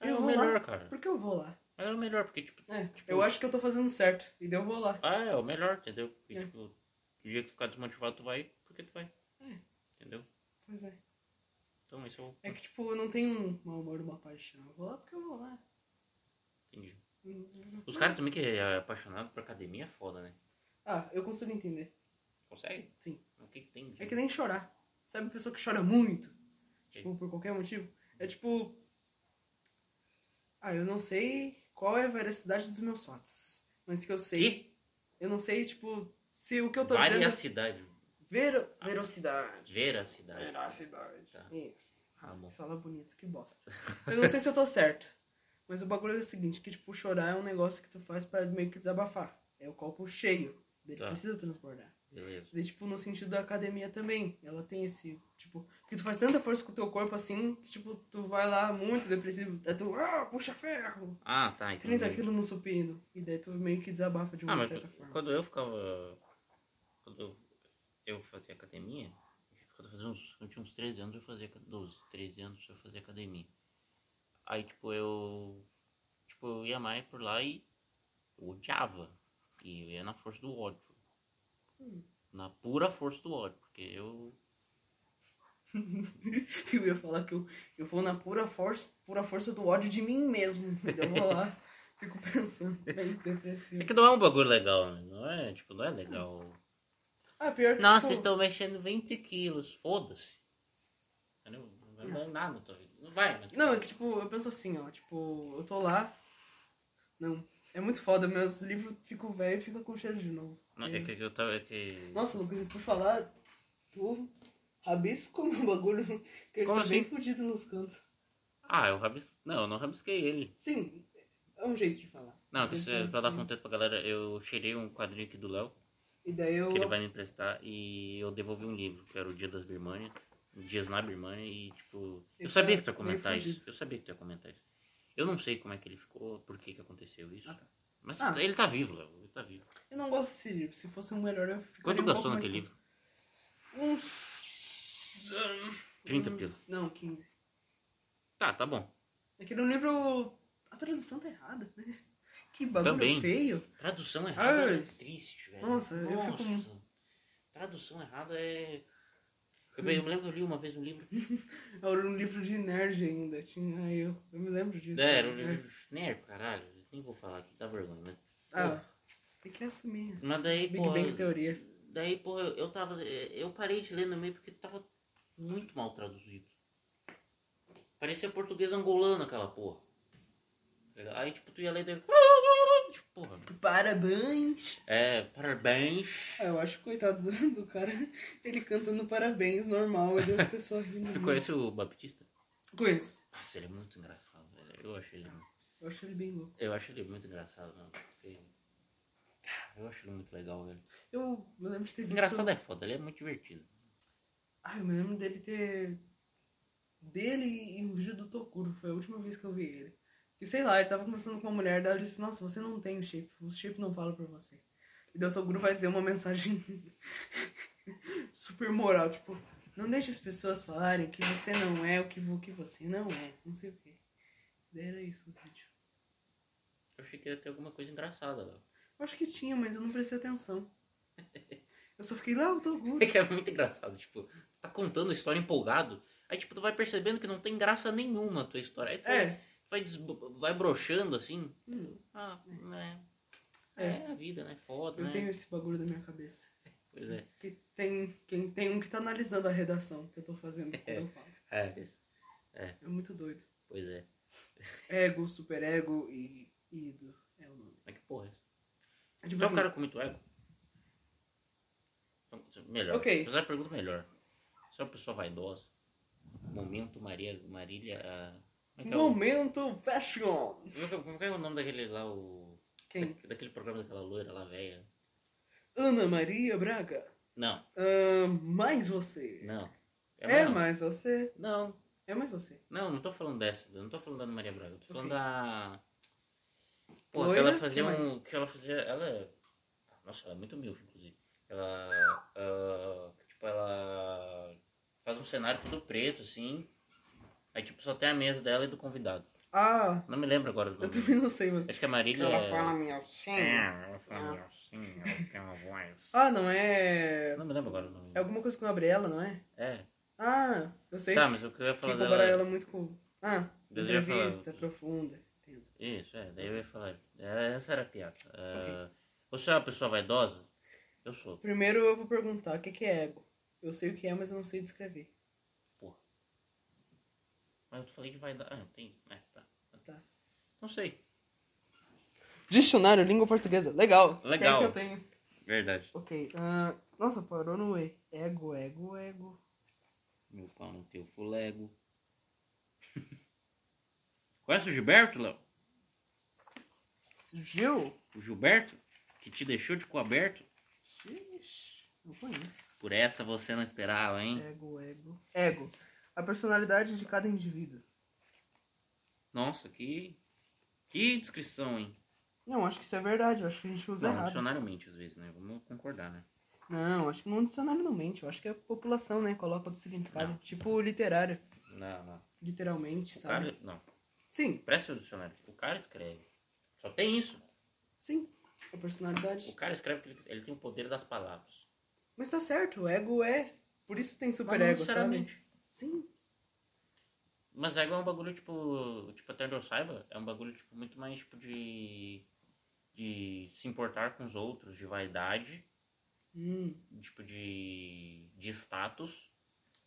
É eu o vou melhor, lá cara. Porque eu vou lá. Mas é o melhor, porque, tipo. É, tipo, eu acho que eu tô fazendo certo. E daí eu vou lá. Ah, é o melhor, entendeu? Porque, É. tipo, o dia que tu ficar desmotivado, tu vai, porque tu vai. É. Entendeu? Pois é. Então, isso eu É que tipo, eu não tenho um mau humor, uma paixão. Eu vou lá porque eu vou lá. entendi. Hum, Os caras também que é apaixonado por academia é foda, né? Ah, eu consigo entender. Consegue? Sim. O que que tem? É gente? que nem chorar. Sabe a pessoa que chora muito? Tipo, por qualquer motivo? É tipo. Ah, eu não sei qual é a veracidade dos meus fatos. Mas que eu sei. Que? Eu não sei, tipo, se o que eu tô dizendo. é Variacidade. Ver... Verocidade. Veracidade. Veracidade. É. Tá. Isso. Ah, bom. Sala bonita, que bosta. Eu não sei se eu tô certo. Mas o bagulho é o seguinte, que tipo, chorar é um negócio que tu faz pra meio que desabafar. É o copo cheio. Ele Tá. precisa transbordar. Beleza. E, tipo, no sentido da academia também. Ela tem esse, tipo, que tu faz tanta força com o teu corpo assim, que, tipo, tu vai lá muito depressivo. Aí tu, ah, puxa ferro! Ah, tá. Entendi. 30 quilos no supino. E daí tu meio que desabafa de uma Ah, mas certa forma. quando eu ficava. Quando eu, eu fazia academia, quando eu, fazia uns, eu tinha uns 13 anos, eu fazia. aca- 12, 13 anos eu fazia academia. Aí, tipo, eu. Tipo, eu ia mais por lá e eu odiava. E eu ia na força do ódio. Hum. Na pura força do ódio, porque eu. Eu ia falar que eu, eu vou na pura força, pura força do ódio de mim mesmo. Então eu vou lá, fico pensando, bem É depressivo. que não é um bagulho legal, né? Não é, tipo, não é legal. Ah, pior que, Nossa, tipo, estou mexendo 20 quilos, foda-se. Entendeu? Não vai dar nada na tua vida. Não vai, mas. Não, é que, tipo, eu penso assim, ó, tipo, eu tô lá... Não, é muito foda, meus livros ficam velhos e ficam com cheiro de novo. Não, é que eu tava. É que... Nossa, Lucas, por falar, tu rabisco meu bagulho, que ele Como tá bem assim? fudido nos cantos. Ah, eu rabisquei. Não, eu não rabisquei ele. Sim, é um jeito de falar. Não, Ele isso é tá- pra dar contexto pra galera, eu cheirei um quadrinho aqui do Léo, E daí eu... que ele vai me emprestar, e eu devolvi um livro, que era o Dia das Birmanhas, Dias na Birmanha, e tipo. Eu Ele sabia tá que tu ia meio comentar isso. fudido. Eu sabia que tu ia comentar isso. Eu não sei como é que ele ficou, por que que aconteceu isso. Ah, tá. Mas Ah. ele tá vivo, Léo. Ele tá vivo. Eu não gosto desse livro, se fosse um melhor eu ficaria Quanto um gastou pouco mais naquele puto. livro? Uns. ahn, 30 uns- pila. Não, É 15. Tá, tá bom. Aquele livro. A tradução tá errada, né? Que bagulho Também. feio. Tradução errada é Ai. triste, velho. Nossa, eu fico Tradução errada é. Eu, me- eu me lembro que eu li uma vez um livro. Era um livro de nerd ainda. Tinha aí eu. Eu me lembro disso. É, era um livro de nerd, caralho. Nem vou falar aqui, dá vergonha, né? Ah, tem que assumir. Mas daí, Big porra. Bang Teoria. Daí, porra, eu eu tava. Eu parei de ler no meio porque tava muito mal traduzido. Parecia português angolano aquela porra. Tá ligado? Aí, tipo, tu ia ler daí. Tipo, porra. Parabéns! É, parabéns. Ah, eu acho, coitado do, do cara, ele cantando parabéns normal, e as pessoas rindo. Tu conhece o Baptista? Conheço. Nossa, ele é muito engraçado, velho. Eu acho ele, Eu acho ele bem louco. eu acho ele muito engraçado, mano. Porque... Cara, Eu acho ele muito legal, velho. Eu me lembro de ter visto. Engraçado é foda, ele é muito divertido. Ah, eu me lembro dele ter. Dele e um vídeo do Tokuro, foi a última vez que eu vi ele. E sei lá, ele tava conversando com uma mulher, daí ela disse: Nossa, você não tem shape, o shape não fala pra você. E daí o Tokuro vai dizer uma mensagem super moral, tipo: Não deixe as pessoas falarem que você não é o que, vo- que você não é, não sei o quê. Daí era isso o vídeo. Eu achei que ia ter alguma coisa engraçada lá. Eu acho que tinha, mas eu não prestei atenção. Eu só fiquei lá, o Toguro. É que é muito engraçado, tipo, tu tá contando a história empolgado, aí tipo, tu vai percebendo que não tem graça nenhuma a tua história. Aí tu É. vai, desbo- vai broxando assim. Hum, Ah, né? É. É a vida, né? Foda, Eu né? tenho esse bagulho da minha cabeça. Pois é. Que tem, quem, tem um que tá analisando a redação que eu tô fazendo quando eu falo. É, É muito doido. pois é. Ego, superego e ido é o nome. Mas que porra é essa? É tipo Tu é um assim, cara com muito ego? Então, Melhor. Ok. Vou Fazer a pergunta melhor. Você é uma pessoa vaidosa? Momento Maria, Marília... ah, Como é que é, o, momento fashion. como é que é- como é que é o nome daquele lá, o... Quem? da- daquele programa daquela loira lá, velha? Ana Maria Braga. Não, Ahn, mais você. não. É, não. mais você. Não, É mais você. não, não tô falando dessa. Não tô falando da Ana Maria Braga. Tô falando Ok. da... Pô, que Loira, ela fazia né? que um... mais? Que ela fazia... Ela... Nossa, ela é muito humilde, inclusive. Ela... ah, tipo, ela... Faz um cenário tudo preto, assim. Aí, tipo, só tem a mesa dela e do convidado. Ah, Não me lembro agora do eu nome. também não sei, mas. Acho que a Marília... Ela é- fala minha É, senha. ela fala meio assim, ela tem uma voz... Ah, não é. Não me lembro agora do nome. É alguma coisa com a Gabriela, não é? É. Ah, eu sei. Tá, mas o que eu ia que falar compara dela... é ela é muito com. Ah, Eu já ia falar- entrevista profunda. Entendo. Isso, é, daí eu ia falar. é, Essa era a piada. É, Você é uma pessoa vaidosa? Eu sou. Primeiro eu vou perguntar o que que é ego. Eu sei o que é, mas eu não sei descrever. Mas eu falei que vaidade. Ah, tem. É, tá. Tá. Não sei. Dicionário, língua portuguesa. Legal. Legal. Pior Que eu tenho. Verdade. Ok. ah, nossa, parou no E. Ego, ego, ego. Meu pau no teu fulego. Conhece o Gilberto, Léo? Gil? O Gilberto? Que te deixou de coberto? Xiii. Não conheço. Por essa você não esperava, hein? Ego, ego. Ego. A personalidade de cada indivíduo. Nossa, que. Que descrição, hein? Não, acho que isso é verdade. Eu acho que a gente usa Não, errado. dicionário mente às vezes, né? Vamos concordar, né? Não, acho que não é um dicionário não mente. Eu acho que é a população, né? Coloca do significado. Tipo literário. Não, não. Literalmente, O sabe? cara. Não. Sim, Presta o dicionário. O cara escreve. Só tem isso. sim. A personalidade. O cara escreve que ele, ele tem o poder das palavras. Mas tá certo, o ego é. Por isso tem Mas não superego, sabe? necessariamente. Sim. Mas ego é um bagulho, tipo, tipo, até onde eu saiba, é um bagulho, tipo, muito mais, tipo, de... De se importar com os outros, de vaidade, Hum. tipo, de... De status,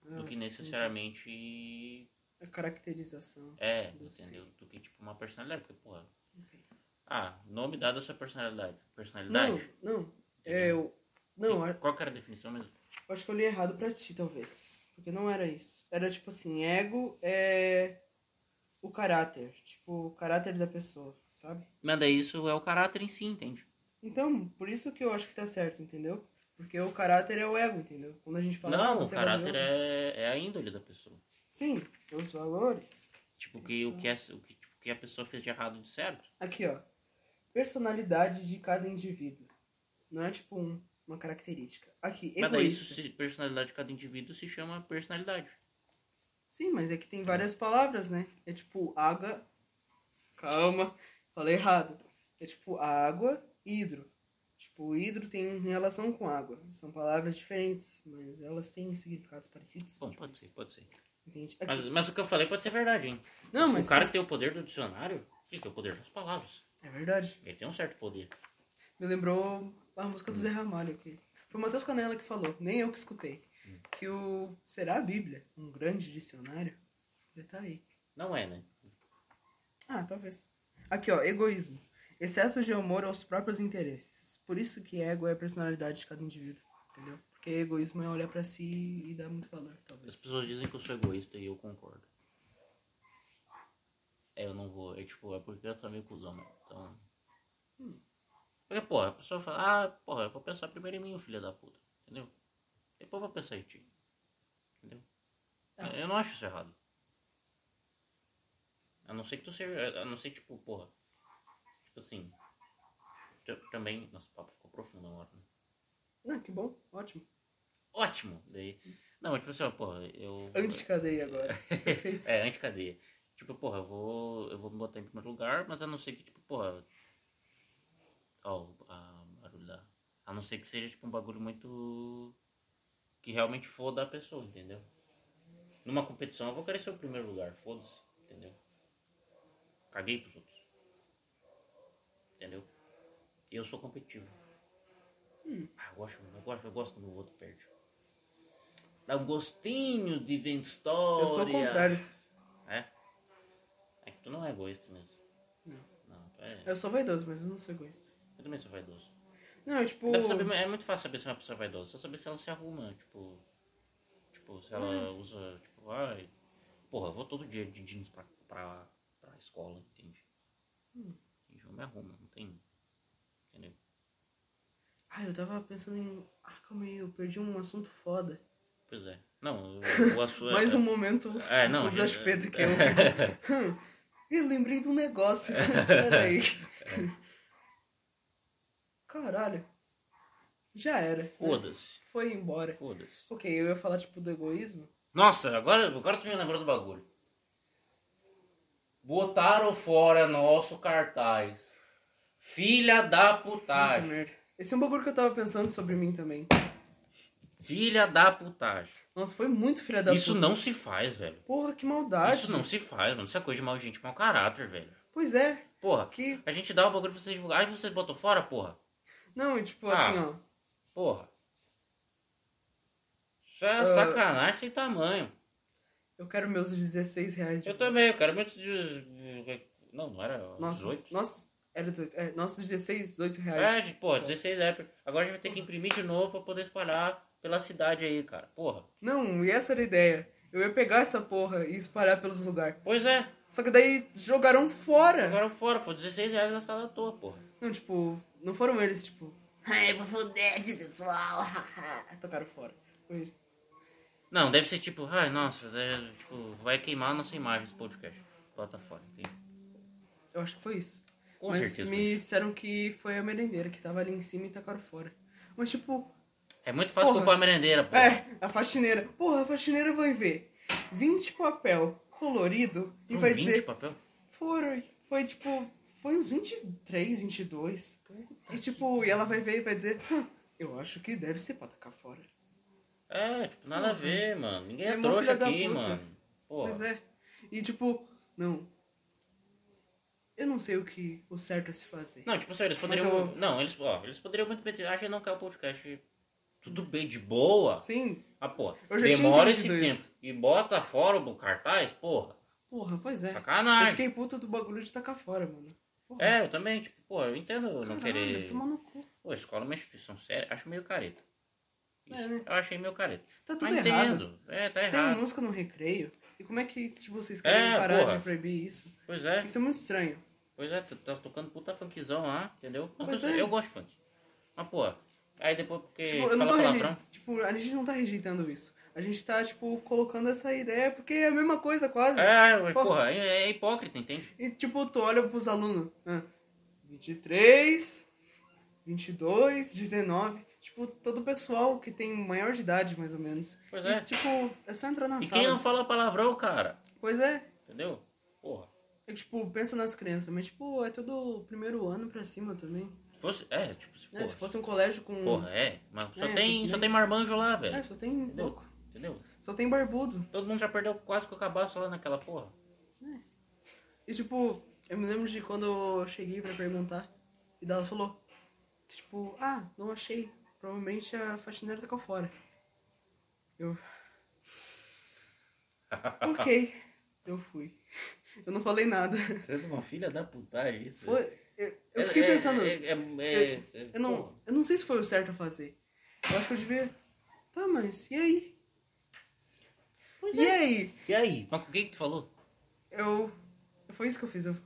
do Ah, que necessariamente A caracterização. é, Eu entendeu? Do que, tipo, uma personalidade, porque, porra... Ok. Ah, nome dado à sua personalidade. Não, Personalidade? não. É, eu. Não, é a- Qual que era a definição mesmo? acho que eu li errado pra ti, talvez. Porque não era isso. Era tipo assim, ego é o caráter. Tipo, o caráter da pessoa, sabe? Mas daí isso é o caráter em si, entende? Então, por isso que eu acho que tá certo, entendeu? Porque o caráter é o ego, entendeu? Quando a gente fala. ah, não, o você valeu- caráter é, é a índole da pessoa. Sim, os valores. Tipo, que, o, que essa- o que, tipo, que a pessoa fez de errado de certo. Aqui, ó. Personalidade de cada indivíduo. Não é tipo um- uma característica. Aqui, Mas daí isso, egoísta. se- personalidade de cada indivíduo se chama personalidade. Sim, mas é que tem várias palavras, né? É tipo água. Calma, falei errado. É tipo água e hidro. Tipo, hidro tem relação com água. São palavras diferentes, mas elas têm significados parecidos. Bom, tipo pode ser, isso. pode ser. Entende? Mas, mas o que eu falei pode ser verdade, hein? Não, mas o cara que tem o poder do dicionário, ele tem o poder das palavras. É verdade. Ele tem um certo poder. Me lembrou a música do Zé Ramalho aqui. Foi o Matheus Canella que falou, nem eu que escutei. Que o Será a Bíblia? Um grande dicionário? Ele tá aí. Não é, né? Ah, talvez. Aqui, ó, egoísmo. Excesso de amor aos próprios interesses. Por isso que ego é a personalidade de cada indivíduo, entendeu? Porque egoísmo é olhar pra si e dar muito valor, As talvez. pessoas dizem que eu sou egoísta e eu concordo. É, eu não vou. É tipo, é porque eu sou meio cuzão, né? Então. Porque, porra, a pessoa fala, ah, porra, eu vou pensar primeiro em mim, filha da puta. Entendeu? Depois eu vou pensar em ti. Entendeu? Ah. Eu não acho isso errado. A não ser que tu seja. A não ser, tipo, porra. Tipo assim. tu- Também. Nossa, o papo ficou profundo agora, né? Ah, que bom, ótimo. Ótimo! Daí. Não, mas tipo assim, ó, porra, eu. Anticadeia agora. Perfeito. É, anticadeia. Tipo, porra, eu vou, eu vou me botar em primeiro lugar, mas a não ser que, tipo, porra. Ó, o a- o barulho da. A não ser que seja, tipo, um bagulho muito. que realmente foda a pessoa, entendeu? Numa competição eu vou querer ser o primeiro lugar, foda-se, entendeu? Caguei pros outros. Entendeu? Eu sou competitivo. Hum. Ah, eu gosto, eu gosto, eu gosto quando o outro perde. Dá um gostinho de ventória. Eu sou o contrário. É? É que tu não é egoísta mesmo. Não. Não, tu é. Eu sou vaidoso, mas eu não sou egoísta. Eu também sou vaidoso. Não, eu, tipo. Dá pra saber, é muito fácil saber se uma pessoa é vaidosa. Só saber se ela se arruma, tipo. Tipo, se ela Hum. usa, tipo, ai. Porra, eu vou todo dia de jeans pra, pra, pra escola, entende? Hum. Entende? Eu me arrumo, não tem. Entendeu? Ah, eu tava pensando em. Ah, calma aí, eu perdi um assunto foda. Pois é. Não, o, o assunto. Mais um momento. É, não, O Flash gente, Pedro que é. eu. Hum, eu lembrei de um negócio. É. Peraí. Caralho. Já era. Foda-se. Foi embora. Foda-se. Ok, eu ia falar, tipo, do egoísmo. Nossa, agora, agora tu me lembrou do bagulho. Botaram fora nosso cartaz. Filha da Puta putagem. merda. Esse é um bagulho que eu tava pensando sobre mim também. Filha da putagem. Nossa, foi muito filha da Isso puta. não se faz, velho. Porra, que maldade. Isso não se faz, mano. Isso é coisa de mal gente, mau caráter, velho. Pois é. Porra, Que- a gente dá o bagulho pra vocês divulgar. Ai, vocês botou fora, porra. Não, e tipo Ah. assim, ó. Porra. Isso é Ah. sacanagem sem tamanho. Eu quero meus 16 reais de Eu também, eu quero muito. de- Não, não era Nossos, 18. Nossos, era 18. É, nossos 16, 18 É, reais. gente, pô, 16 época. Agora a gente vai ter que imprimir de novo pra poder espalhar pela cidade aí, cara. Porra. Não, e essa era a ideia. Eu ia pegar essa porra e espalhar pelos lugares. Pois é, Só que daí jogaram fora. jogaram fora, foi 16 reais gastado à toa, porra. Não, tipo, não foram eles, tipo, Ai, eu vou foder esse pessoal. ah, tocaram fora. Foi- Não, deve ser tipo, ai, nossa, é, tipo, vai queimar a nossa imagem esse podcast. Bota fora. enfim. Eu acho que foi isso. Com Mas certeza. me disseram que foi a merendeira que tava ali em cima e tacaram fora. Mas tipo, É muito fácil Porra. culpar a merendeira, porra. é, a faxineira. Porra, a faxineira vai ver 20 papel colorido e Com vai 20 dizer, papel? Foram. Foi tipo. Foi uns 23, 22. e tipo, e ela vai ver e vai dizer: "Hum, Eu acho que deve ser pra tacar fora. É, tipo, nada a ver, mano. Ninguém é É mó trouxa filha da aqui, puta. mano. Porra. Pois é. E tipo, não. Eu não sei o que o certo é se fazer. Não, tipo assim, eles poderiam. Mas eu- Não, eles, ó, eles poderiam muito bem. ter- Ah, a gente não quer o podcast. Tudo bem, de boa. Sim. Ah, porra. Eu já tinha Demora esse entendido tempo. isso. E bota fora o cartaz, porra. Porra, pois é. Sacanagem. Eu fiquei puta do bagulho de tacar fora, mano. Porra, É, eu também, tipo, porra, eu entendo não caralho, querer. tomar no cu. Pô, escola é uma instituição séria, acho meio careta. Isso, É, né? Eu achei meio careta. Tá tudo Mas errado. entendo. É, tá Tem um- errado. música no recreio. E como é que tipo, vocês querem É, parar porra. de proibir isso? Pois é, Isso é muito estranho. pois é, tá, tá tocando puta funkzão lá, entendeu? Não, Mas tô- é. eu gosto de funk. Mas, porra, aí depois porque Tipo, eu fala não tô reje- palavrão. tipo, a gente não tá rejeitando isso. A gente tá, tipo, colocando essa ideia porque é a mesma coisa quase. É, mas, Porra. porra, é, é hipócrita, entende? E, tipo, tu olha pros alunos. Ah, 23, 22, 19. Tipo, todo o pessoal que tem maior de idade, mais ou menos. Pois E, é. tipo, é só entrar na E sala. quem não fala palavrão, cara? Pois é. Entendeu? Porra. É que, tipo, pensa nas crianças, mas, tipo, é todo o primeiro ano pra cima também. Se fosse, é, tipo, se, É, porra, se fosse um colégio com. porra, é. Mas só, É, tem, tipo, só nem- tem marmanjo lá, velho. É, só tem louco. Entendeu? Só tem barbudo. Todo mundo já perdeu quase que o cabaço lá naquela porra. E, tipo, eu me lembro de quando eu cheguei pra perguntar. E daí ela falou. Que, tipo, ah, não achei. Provavelmente a faxineira tacou fora. Eu. ok. Eu fui. Eu não falei nada. Você é uma filha da putagem isso. Foi. Eu, eu fiquei pensando. É, é, é- é- é- Eu não, eu não sei se foi o certo a fazer. Eu acho que eu devia. Tá, mas e aí? e é. aí? E aí? Mas o que que tu falou? Eu. Foi isso que eu fiz. Eu.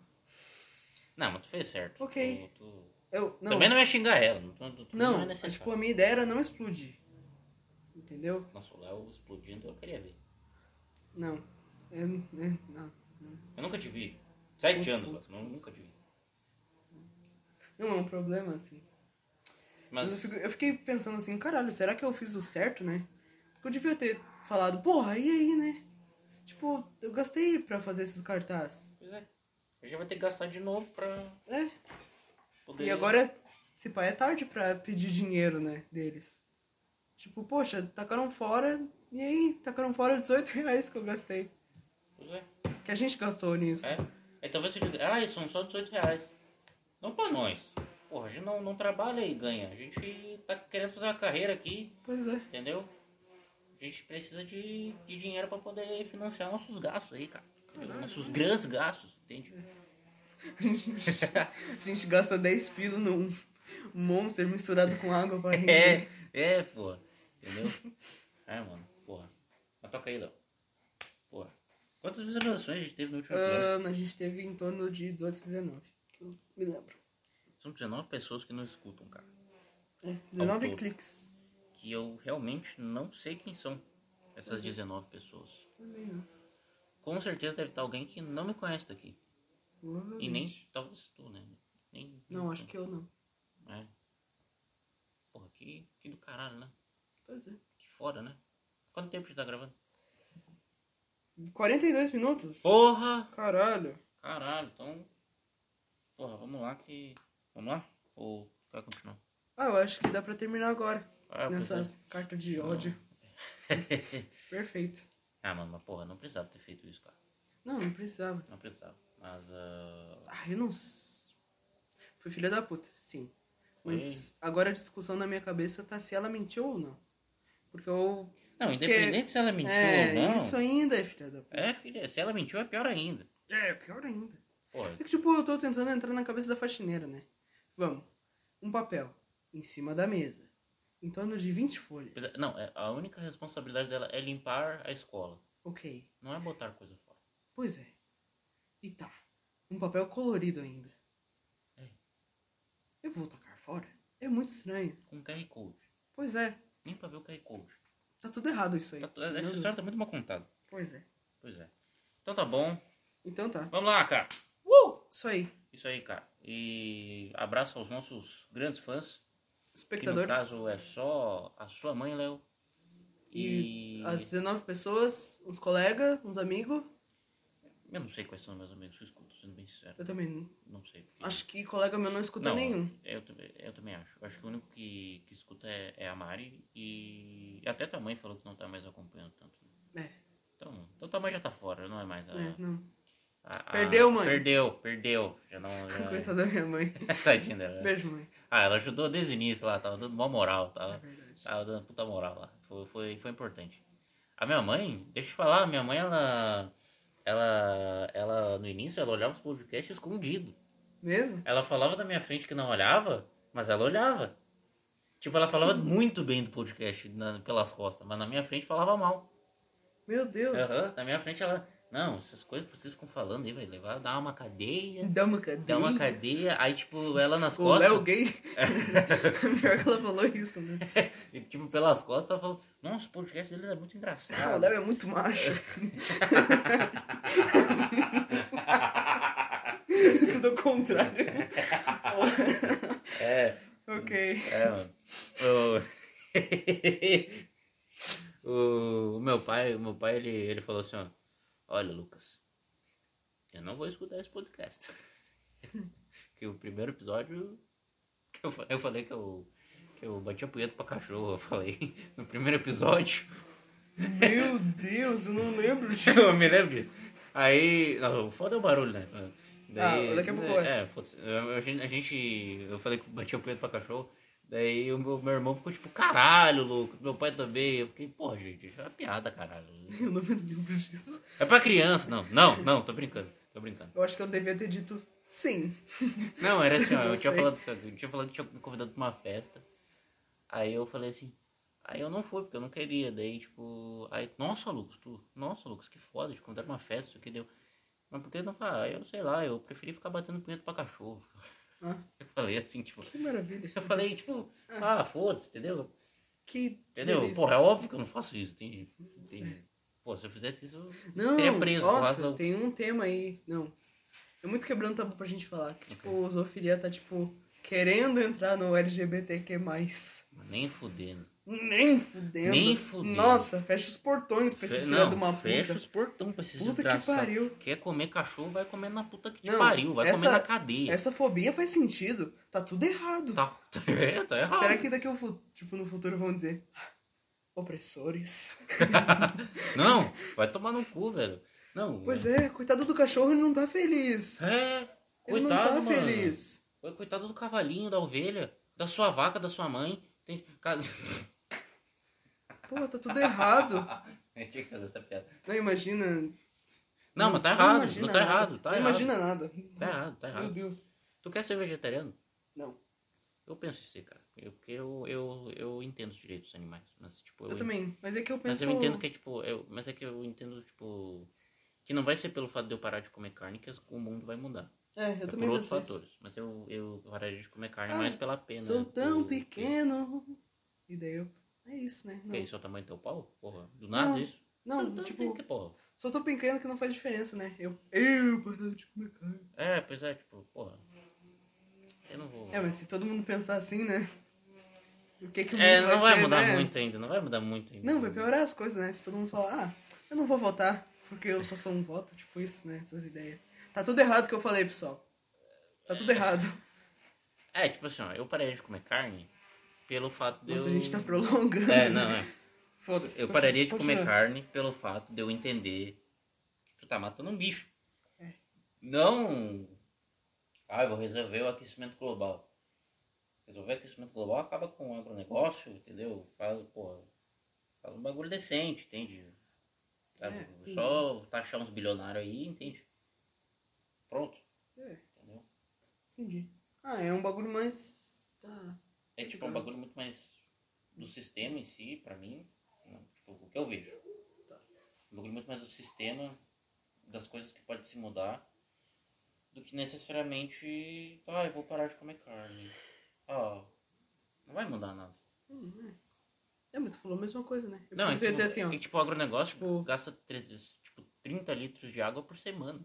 Não, mas tu fez certo. Ok. Tu- tu- eu não, Também não ia xingar ela. Não, tu- tu- Não, não é mas, necessário. tipo, a minha ideia era não explodir. Entendeu? Nossa, o Léo explodindo eu queria ver. Não. Eu, eu- não. Eu nunca te vi. Sete Puto, anos, puto, Léo. Nunca te vi. Não é um problema, assim. Mas Mas, eu, fico- eu fiquei pensando assim, caralho, será que eu fiz o certo, né? Porque eu devia ter falado, porra, e aí, né? Tipo, eu gastei pra fazer esses cartazes. pois é. Eu já vou ter que gastar de novo pra É, poder... E agora, se pá, é tarde pra pedir dinheiro, né, deles. Tipo, poxa, tacaram fora, e aí? Tacaram fora 18 reais que eu gastei. Pois é. Que a gente gastou nisso. É. Aí talvez você diga, ah, são só 18 reais. Não pra nós. Porra, a gente não, não trabalha e ganha. A gente tá querendo fazer uma carreira aqui, Pois é. entendeu? A gente precisa de, de dinheiro pra poder financiar nossos gastos aí, cara. Entendeu? Nossos grandes gastos, entende? A gente gasta 10 pila num monster misturado com água pra render. É, é, porra. Entendeu? É, mano, porra. Mas toca aí, Léo. Porra. Quantas visualizações a gente teve no último episódio? Ah, a gente teve em torno de 18, 19. Que eu me lembro. São 19 pessoas que não escutam, cara. É, 19 todo. cliques. Que eu realmente não sei quem são essas 19 pessoas. Também não. Com certeza deve estar alguém que não me conhece daqui. E nem, Provavelmente. talvez tu, né? Nem, Não, acho que eu não. É. Porra, que, que do caralho, né? Pois é. Que foda, né? Quanto tempo a gente tá gravando? 42 minutos? Porra! Caralho. Caralho, então... Porra, vamos lá que... Vamos lá? Ou tu quer continuar? Ah, eu acho que dá pra terminar agora. Ah, pois nessas cartas de ódio. é. Perfeito. ah, mano, mas porra, não precisava ter feito isso, cara. Não, não precisava. Não precisava. Mas... ah, Ah, eu não. s- Foi filha da puta, sim. Mas agora a discussão na minha cabeça tá se ela mentiu ou não. Porque eu. Não, independente se ela mentiu é, ou não... isso ainda é filha da puta. É, filha, se ela mentiu é pior ainda. É, pior ainda. Porra, É que, tipo, eu tô tentando entrar na cabeça da faxineira, né? Vamos. Um papel. Em cima da mesa. Em torno de 20 folhas. Apesar- Não, é- a única responsabilidade dela é limpar a escola. Ok. Não é botar coisa fora. Pois é. E tá. Um papel colorido ainda. É. Eu vou tacar fora? É muito estranho. Com QR Code. Pois é. Nem pra ver o QR Code. Tá tudo errado isso aí. Tá tu- Meu Essa Deus. história tá muito mal contada. Pois é. Pois é. Então tá bom. Então tá. Vamos lá, cara. Uh! Isso aí. Isso aí, cara. E abraço aos nossos grandes fãs. Que no Espectadores. caso é só a sua mãe, Léo. E E. as 19 pessoas, uns colegas, uns amigos. Eu não sei quais são meus amigos que escutam, sendo bem sincero. Eu também. não- Não sei. porque- Acho que colega meu não escuta não, é. nenhum. Eu, também- eu também acho. Eu acho que o único que, que escuta é, é a Mari. E até tua mãe falou que não tá mais acompanhando tanto. É. Então, então tua mãe já tá fora, não é mais. A, É, não. a- a- Perdeu, mãe. Ah, Perdeu, perdeu. Já não. Já... Coitada da minha mãe. Tadinha dela. né? Beijo, mãe. Ah, ela ajudou desde o início lá, tava dando mó moral. É Tava, verdade. tava dando puta moral lá. Foi, foi, foi importante. A minha mãe, deixa eu te falar, a minha mãe, ela. Ela, ela, no início, ela olhava os podcasts escondido. Mesmo? Ela falava da minha frente que não olhava, mas ela olhava. Tipo, ela falava Uhum. muito bem do podcast na- pelas costas, mas na minha frente falava mal. Meu Deus. Aham, na minha frente ela. Não, essas coisas que vocês ficam falando aí, vai levar, dar uma cadeia, Dá uma cadeia. dar uma É. cadeia, aí tipo, ela nas O costas. Léo gay. Pior que ela falou isso, né? e, tipo, pelas costas, ela falou, nossa, o podcast deles é muito Ah, o engraçado. Léo é muito macho. Tudo ao contrário. é, ok. é, mano. O... o, o meu pai, o meu pai, ele, ele falou assim, ó, olha, Lucas, Eu não vou escutar esse podcast. que o primeiro episódio. que eu, fa- eu falei que eu, que eu bati a punheta pra cachorro. Eu falei no primeiro episódio. Meu Deus, eu não lembro disso. eu me lembro disso. Aí. Não, foda é o barulho, né? Daí, Ah, daqui a pouco É, foda-se. Eu- A gente, a gente- Eu falei que batia o punheta pra cachorro. Daí o meu, meu irmão ficou tipo, caralho, louco. Meu pai também. Eu fiquei, pô, gente, isso é uma piada, caralho. Eu não me lembro disso. É pra criança. Não, não, não, tô brincando. Tô brincando. Eu acho que eu devia ter dito sim. Não, era assim, ó, eu Não tinha sei. falado, eu tinha falado que tinha me convidado pra uma festa. Aí eu falei assim, aí eu não fui, porque eu não queria. Daí, tipo, aí, nossa, Lucas, tu, nossa, Lucas, que foda, te convidar pra uma festa, isso que deu. Mas por que não falar? Aí eu sei lá, eu preferi ficar batendo punheta pra cachorro. Ah. Eu falei assim, tipo, Que maravilha. eu falei, tipo, ah, foda-se, entendeu? Que Entendeu? delícia. Porra, é óbvio que eu não faço isso, tem. tem... Pô, se eu fizesse isso, eu Não, seria preso. por nossa, causa do- tem um tema aí. Não. É muito quebrando tabu pra gente falar. Que, tipo, o zoofilia tá, tipo, querendo entrar no LGBTQ+. Mas Nem fudendo. Nem fudendo. Nem fudendo. Nossa, fecha os portões pra esses Fe- filha não, de uma fecha puta. os portão pra esses Puta que desgraçados. pariu. Quer comer cachorro, vai comer na puta que te Não, pariu. Vai essa- comer na cadeia. Essa fobia faz sentido. Tá tudo errado. Tá, tá, é, tá errado. Será que daqui o fu- tipo, no futuro vão dizer "Ah, opressores? Não, vai tomar no cu, velho. Não. Pois é, coitado do cachorro, ele não tá feliz. É, ele não coitado, tá mano. feliz. Foi coitado do cavalinho, da ovelha, da sua vaca, da sua mãe. Tem... Cara... Pô, tá tudo errado. Eu tinha que fazer essa piada. Não imagina. Não, mas tá Não errado. imagina Não, tá nada. errado. Tá não errado. imagina nada. Tá errado, tá Meu errado. Deus. Tu quer ser vegetariano? Não. Eu penso em ser, cara. Eu, porque eu, eu, eu entendo os direitos dos animais. Mas, tipo, Eu também. Mas é que eu penso. Mas eu entendo que é tipo. Eu, mas é que eu entendo, tipo. Que não vai ser pelo fato de eu parar de comer carne que as- o mundo vai mudar. É, eu é por também outros penso. isso. fatores. Mas eu, eu pararia de comer carne Ah, mais pela pena. Sou tão por- pequeno. E daí eu. É isso, né? Que é Não, isso é o tamanho do teu pau? Porra. Do nada Não, isso? não, Então, tipo, que porra. sou tão pequeno que não faz diferença, né? Eu. Eu parei de comer carne. É, pois é, tipo, porra. Eu não vou. É, mas se todo mundo pensar assim, né? O que que o mundo É, não vai ser, mudar né? muito ainda, não vai mudar muito ainda. Não, vai piorar as coisas, né? Se todo mundo falar, ah, eu não vou votar, porque eu só sou um voto, tipo isso, né? Essas ideias. Tá tudo errado o que eu falei, pessoal. Tá tudo errado. É, tipo assim, ó, eu parei de comer carne pelo fato de Nossa, eu. a gente tá prolongando. É, não, é. Foda-se. Eu continua, pararia de comer continua. carne pelo fato de eu entender que tu tá matando um bicho. É. Não. Ah, eu vou resolver o aquecimento global. Resolver o aquecimento global acaba com o agronegócio, entendeu? Faz, porra, faz um bagulho decente, entende? Sabe? É, Só taxar uns bilionários aí, entende? Pronto, É, entendeu? entendi. Ah, é um bagulho mais. Tá. É tipo um bagulho muito mais do sistema em si, pra mim. né? Tipo, o que eu vejo. Tá. Um bagulho muito mais do sistema, das coisas que pode se mudar, do que necessariamente. Ah, eu vou parar de comer carne. Ah, não vai mudar nada. Hum, É, É, mas tu falou a mesma coisa, né? Eu não, não, é eu tipo, dizer assim, ó. é tipo, o agronegócio Tipo- gasta três- tipo, 30 litros de água por semana.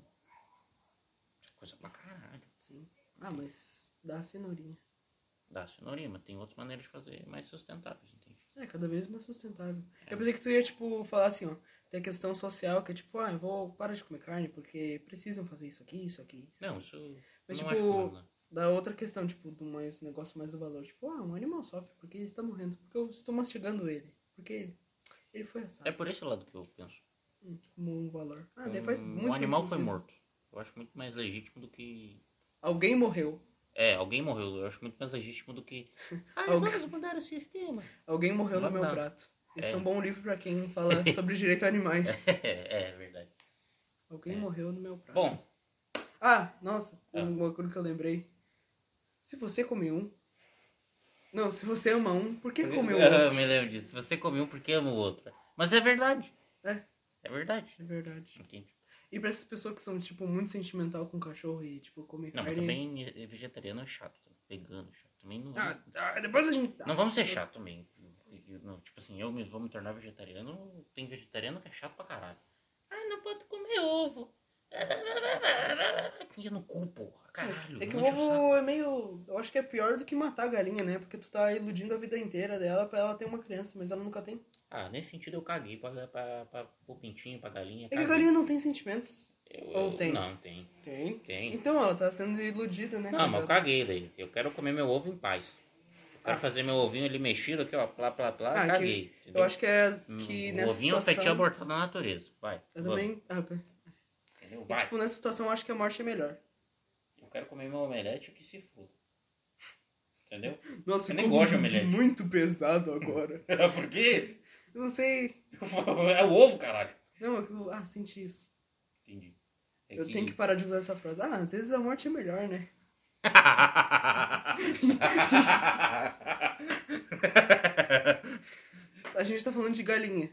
Coisa pra caralho. Sim. Ah, mas dá a cenourinha. Dá cenourinha, mas tem outras maneiras de fazer mais sustentáveis, entende? É, cada vez mais sustentável. É. Eu pensei que tu ia, tipo, falar assim, ó. Tem a questão social, que é tipo, ah, eu vou parar de comer carne porque precisam fazer isso aqui, isso aqui, isso Não, isso. Mas, não tipo, acho problema. Da outra questão, tipo, do mais negócio mais do valor. Tipo, ah, um animal sofre porque ele está morrendo. Porque eu estou mastigando ele. Porque ele foi assado. É por esse lado que eu penso. Hum, Como um valor. Ah, daí faz muito um, mais animal foi sentido. morto. Eu acho muito mais legítimo do que. Alguém morreu. É, alguém morreu. Eu acho muito mais legítimo do que. Ah, Alguém- vamos mudar o sistema. Alguém morreu no Não, meu não. prato. Esse é. É. um bom livro pra quem fala sobre direito a animais. é, é verdade. Alguém É. morreu no meu prato. Bom, Ah, nossa, Ah. um bagulho que eu lembrei. Se você come um. Não, se você ama um, por que comer o eu outro? me lembro disso. Você comeu um porque ama o outro. Mas é verdade. É, É verdade. é verdade. Entende? E pra essas pessoas que são, tipo, muito sentimental com cachorro e, tipo, comer Não, mas carne. também é vegetariano é chato. tá? Vegano é chato. Também não. Ah, ah, depois a gente. Não vamos ser chato também. Não, tipo assim, eu mesmo vou me tornar vegetariano. Tem vegetariano que é chato pra caralho. Ah, não pode comer ovo. Tinha no cu, porra. Caralho. É que não o enche saco. ovo é meio. Eu acho que é pior do que matar a galinha, né? Porque tu tá iludindo a vida inteira dela pra ela ter uma criança, mas ela nunca tem. Ah, nesse sentido eu caguei pra, pra, pra, pro pintinho, pra galinha. É que a caguei. galinha não tem sentimentos. Eu- Ou eu- tem? Não, tem. Tem. Tem. Então ela tá sendo iludida, né? Não, mas eu coitada? caguei daí. Eu quero comer meu ovo em paz. Eu quero Ah. fazer meu ovinho ele mexido aqui, ó, plá, plá, plá, Ah, caguei. que, entendeu? eu acho que é Hum, que o nessa ovinho é um fetinho situação... abortado na natureza. Vai. Eu também... Ah, pera. Entendeu? E, Vai. tipo, nessa situação eu acho que a morte é melhor. Eu quero comer meu omelete que se foda. Entendeu? Nossa, Eu nem ficou gosto de omelete. Muito pesado agora. Por quê? eu não sei... é o ovo, caralho. Não, eu... Ah, senti isso. Entendi. É Eu tenho que parar de usar essa frase. Ah, às vezes a morte é melhor, né? A gente tá falando de galinha.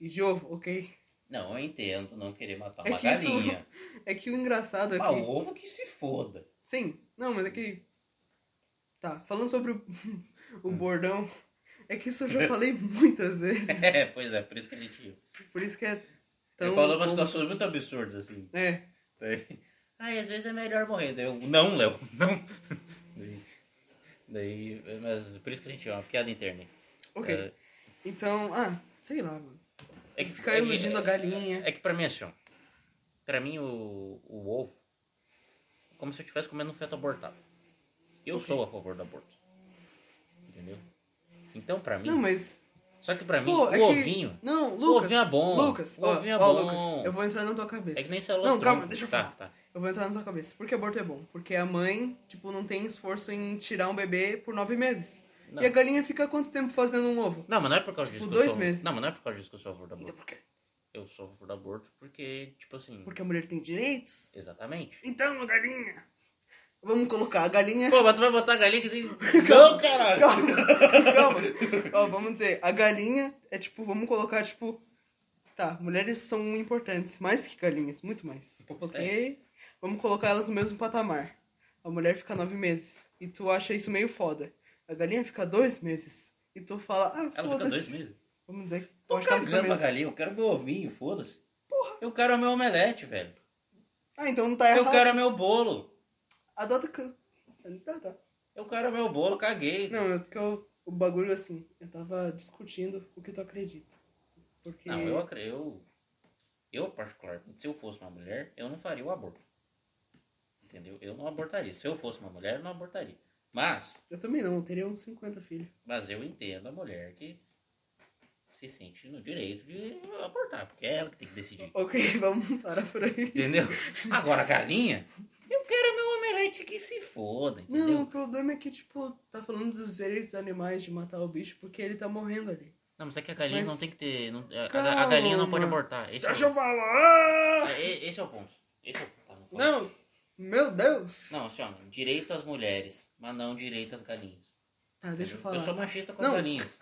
E de ovo, ok? não, eu entendo não querer matar É uma que isso- galinha. É que o engraçado é Mas que... o ovo que se foda. Sim, não, mas é que. Tá, falando sobre o, o bordão, é que isso eu já falei muitas vezes. É, pois é, por isso que a gente. Por isso que é tão. eu falo umas bom. situações muito absurdas assim. É, Daí, Ai, às vezes é melhor morrer. Daí eu, não, Léo, não. Daí, daí, é, mas por isso que a gente é uma piada interna. ok. É, Então, ah, sei lá, mano. É que Ficar iludindo a galinha. É que pra mim é assim, ó. Pra mim o, o ovo é como se eu estivesse comendo um feto abortado. Eu sou a favor do aborto. Entendeu? Então pra mim. Não, mas. Só que pra mim, Pô, o é que- ovinho. Não, Lucas. ovinho é bom. Lucas, O ó, ovinho é ó, bom. Lucas, eu vou entrar na tua cabeça. É que nem célula Não, calma, tronco. deixa eu Tá, falar. tá. Eu vou entrar na tua cabeça. Por que aborto é bom? Porque a mãe, tipo, não tem esforço em tirar um bebê por nove meses. Não. E a galinha fica quanto tempo fazendo um ovo? Não, mas não é por causa Tipo, disso. que dois eu sou... meses. Não, mas não é por causa disso que eu sou a favor do aborto. Então por quê? Eu sou a favor do aborto porque, tipo assim. Porque a mulher tem direitos? Exatamente. Então, a galinha. Vamos colocar a galinha. Pô, mas tu vai botar a galinha que tem. Não, caralho! Calma, calma. Ó, vamos dizer, a galinha é tipo, vamos colocar tipo. Tá, mulheres são importantes, mais que galinhas, muito mais. pouco Ok? Vamos colocar elas no mesmo patamar. A mulher fica nove meses e tu acha isso meio foda. A galinha fica dois meses e tu fala, ah, Ela fica dois foda-se. meses. Vamos dizer que tu Tô acha que ela fica cagando tá a meses. galinha, eu quero meu ovinho, foda-se. Eu quero é meu omelete, velho. Ah, então não tá errado. Eu quero meu bolo. Adota que. Tá, tá. Eu quero é meu bolo, caguei. Não, eu, que eu, o bagulho assim, eu tava discutindo o que tu acredita. Porque. Não, eu acre- eu eu particularmente, se eu fosse uma mulher, eu não faria o aborto. Entendeu? Eu não abortaria. Se eu fosse uma mulher, eu não abortaria. Mas, eu também não, eu teria uns 50 filhos. mas eu entendo a mulher que se sente no direito de abortar, porque é ela que tem que decidir. Ok, vamos parar por aí. Entendeu? Agora a galinha, eu quero é meu omelete que se foda, entendeu? Não, o problema é que, tipo, tá falando dos direitos dos animais de matar o bicho porque ele tá morrendo ali. Não, mas é que a galinha Mas- não tem que ter. não- a- a, a galinha não pode Calma. abortar. Esse, é, o, falar! é- é- esse é o ponto. Esse é o ponto. Tá, não, Não! Meu Deus! não, assim, ó, direito às mulheres, mas não direito às galinhas. Tá, deixa eu falar. Eu sou machista com Não. as galinhas.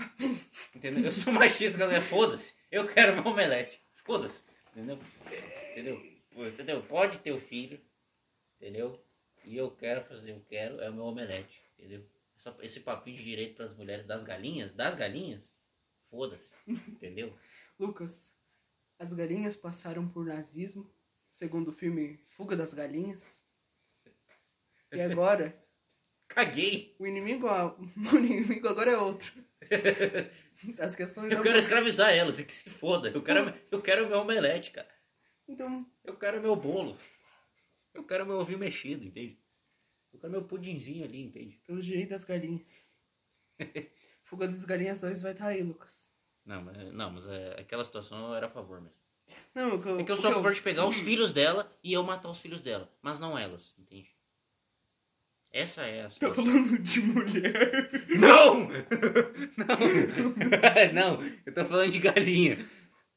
Entendeu? Eu sou machista com as galinhas. Foda-se. Eu quero meu omelete. Foda-se. Entendeu? Entendeu? Pô, Entendeu? Pode ter o filho. Entendeu? E eu quero fazer, eu quero, é o meu omelete. Entendeu? Essa- esse papinho de direito para as mulheres das galinhas, das galinhas, foda-se. Entendeu? Lucas, as galinhas passaram por nazismo, segundo o filme Fuga das Galinhas. E agora, Caguei. O inimigo, a- o inimigo agora é outro. As questões Eu da- quero escravizar elas e que se foda. Eu quero, eu quero meu omelete, cara. Então, Eu quero meu bolo. Eu quero meu ovinho mexido, entende? Eu quero meu pudinzinho ali, entende? pelo direito das galinhas. Fuga das Galinhas 2 vai estar aí, Lucas. Não, mas, não, mas é, aquela situação eu era a favor mesmo. Não, o que eu, É que eu o sou a que favor de pegar os filhos dela e eu matar os filhos dela. Mas não elas, entende? Essa é a Tá situação. falando de mulher. Não! não! não, eu tô falando de galinha.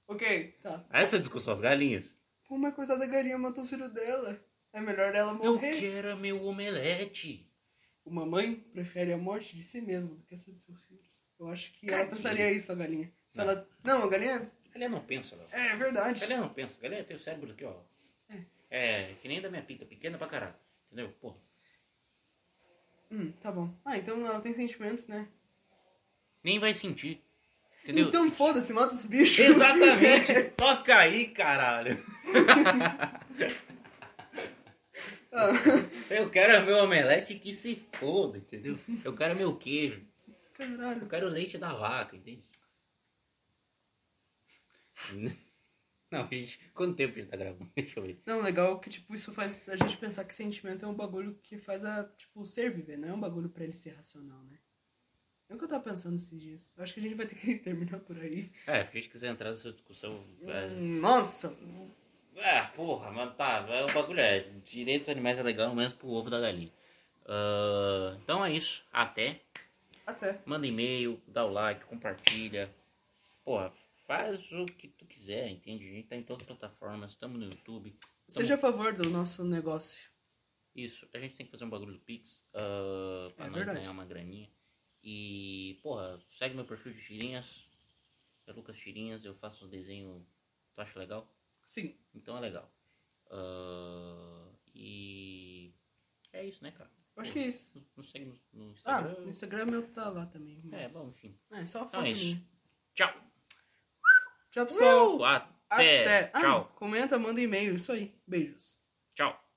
ok, tá. Essa é a discussão, as galinhas. Uma coisa da galinha matou o filho dela. É melhor ela Eu morrer. quero é meu omelete. Uma mãe prefere a morte de si mesma do que essa de seus filhos. Eu acho que ela Tadinha. pensaria isso, a galinha. Se Não. ela... Não, a galinha... Galinha não pensa, Léo. É verdade. Galera não pensa, galera tem o cérebro aqui, ó. É, que nem da minha pica, pequena pra caralho. Entendeu? Pô, é- Hum, tá bom. Ah, então ela tem sentimentos, né? nem vai sentir. Entendeu? Então foda-se, mata os bichos. Exatamente! Toca aí, caralho! Ah, Eu quero meu omelete que se foda, entendeu? Eu quero meu queijo, eu Caralho. quero leite da vaca, entende? Não, gente, quanto tempo a gente tá gravando? Deixa eu ver. Não, legal que, tipo, isso faz a gente pensar que sentimento é um bagulho que faz a, tipo, o ser viver, não é um bagulho pra ele ser racional, né? É o que eu tava pensando esses dias. Eu acho que a gente vai ter que terminar por aí. É, se a gente quiser entrar nessa discussão. É... Nossa! Ah, porra, mas tá, é, o bagulho é. Direitos dos animais é legal, menos pro ovo da galinha. Ah, então é isso. Até. Até. Manda e-mail, dá o like, compartilha. Porra, faz o que tu quiser, entende? A gente tá em todas as plataformas, estamos no YouTube. tamo- Seja a favor do nosso negócio. Isso, a gente tem que fazer um bagulho do Pix ah, pra É nós verdade. ganhar uma graninha. E, porra, segue meu perfil de tirinhas. É Lucas Tirinhas, eu faço os desenhos. Tu acha legal? Sim. Então é legal. Ah, e é isso, né, cara? Eu acho que é isso. Nos- Nos segue no, no Ah, Instagram. o Instagram meu tá lá também. mas- É, bom, enfim. É, só a Então foto é isso. minha. Tchau. Tchau, pessoal. Até. Até. Ah, Tchau. comenta, manda e-mail. Isso aí. Beijos. Tchau.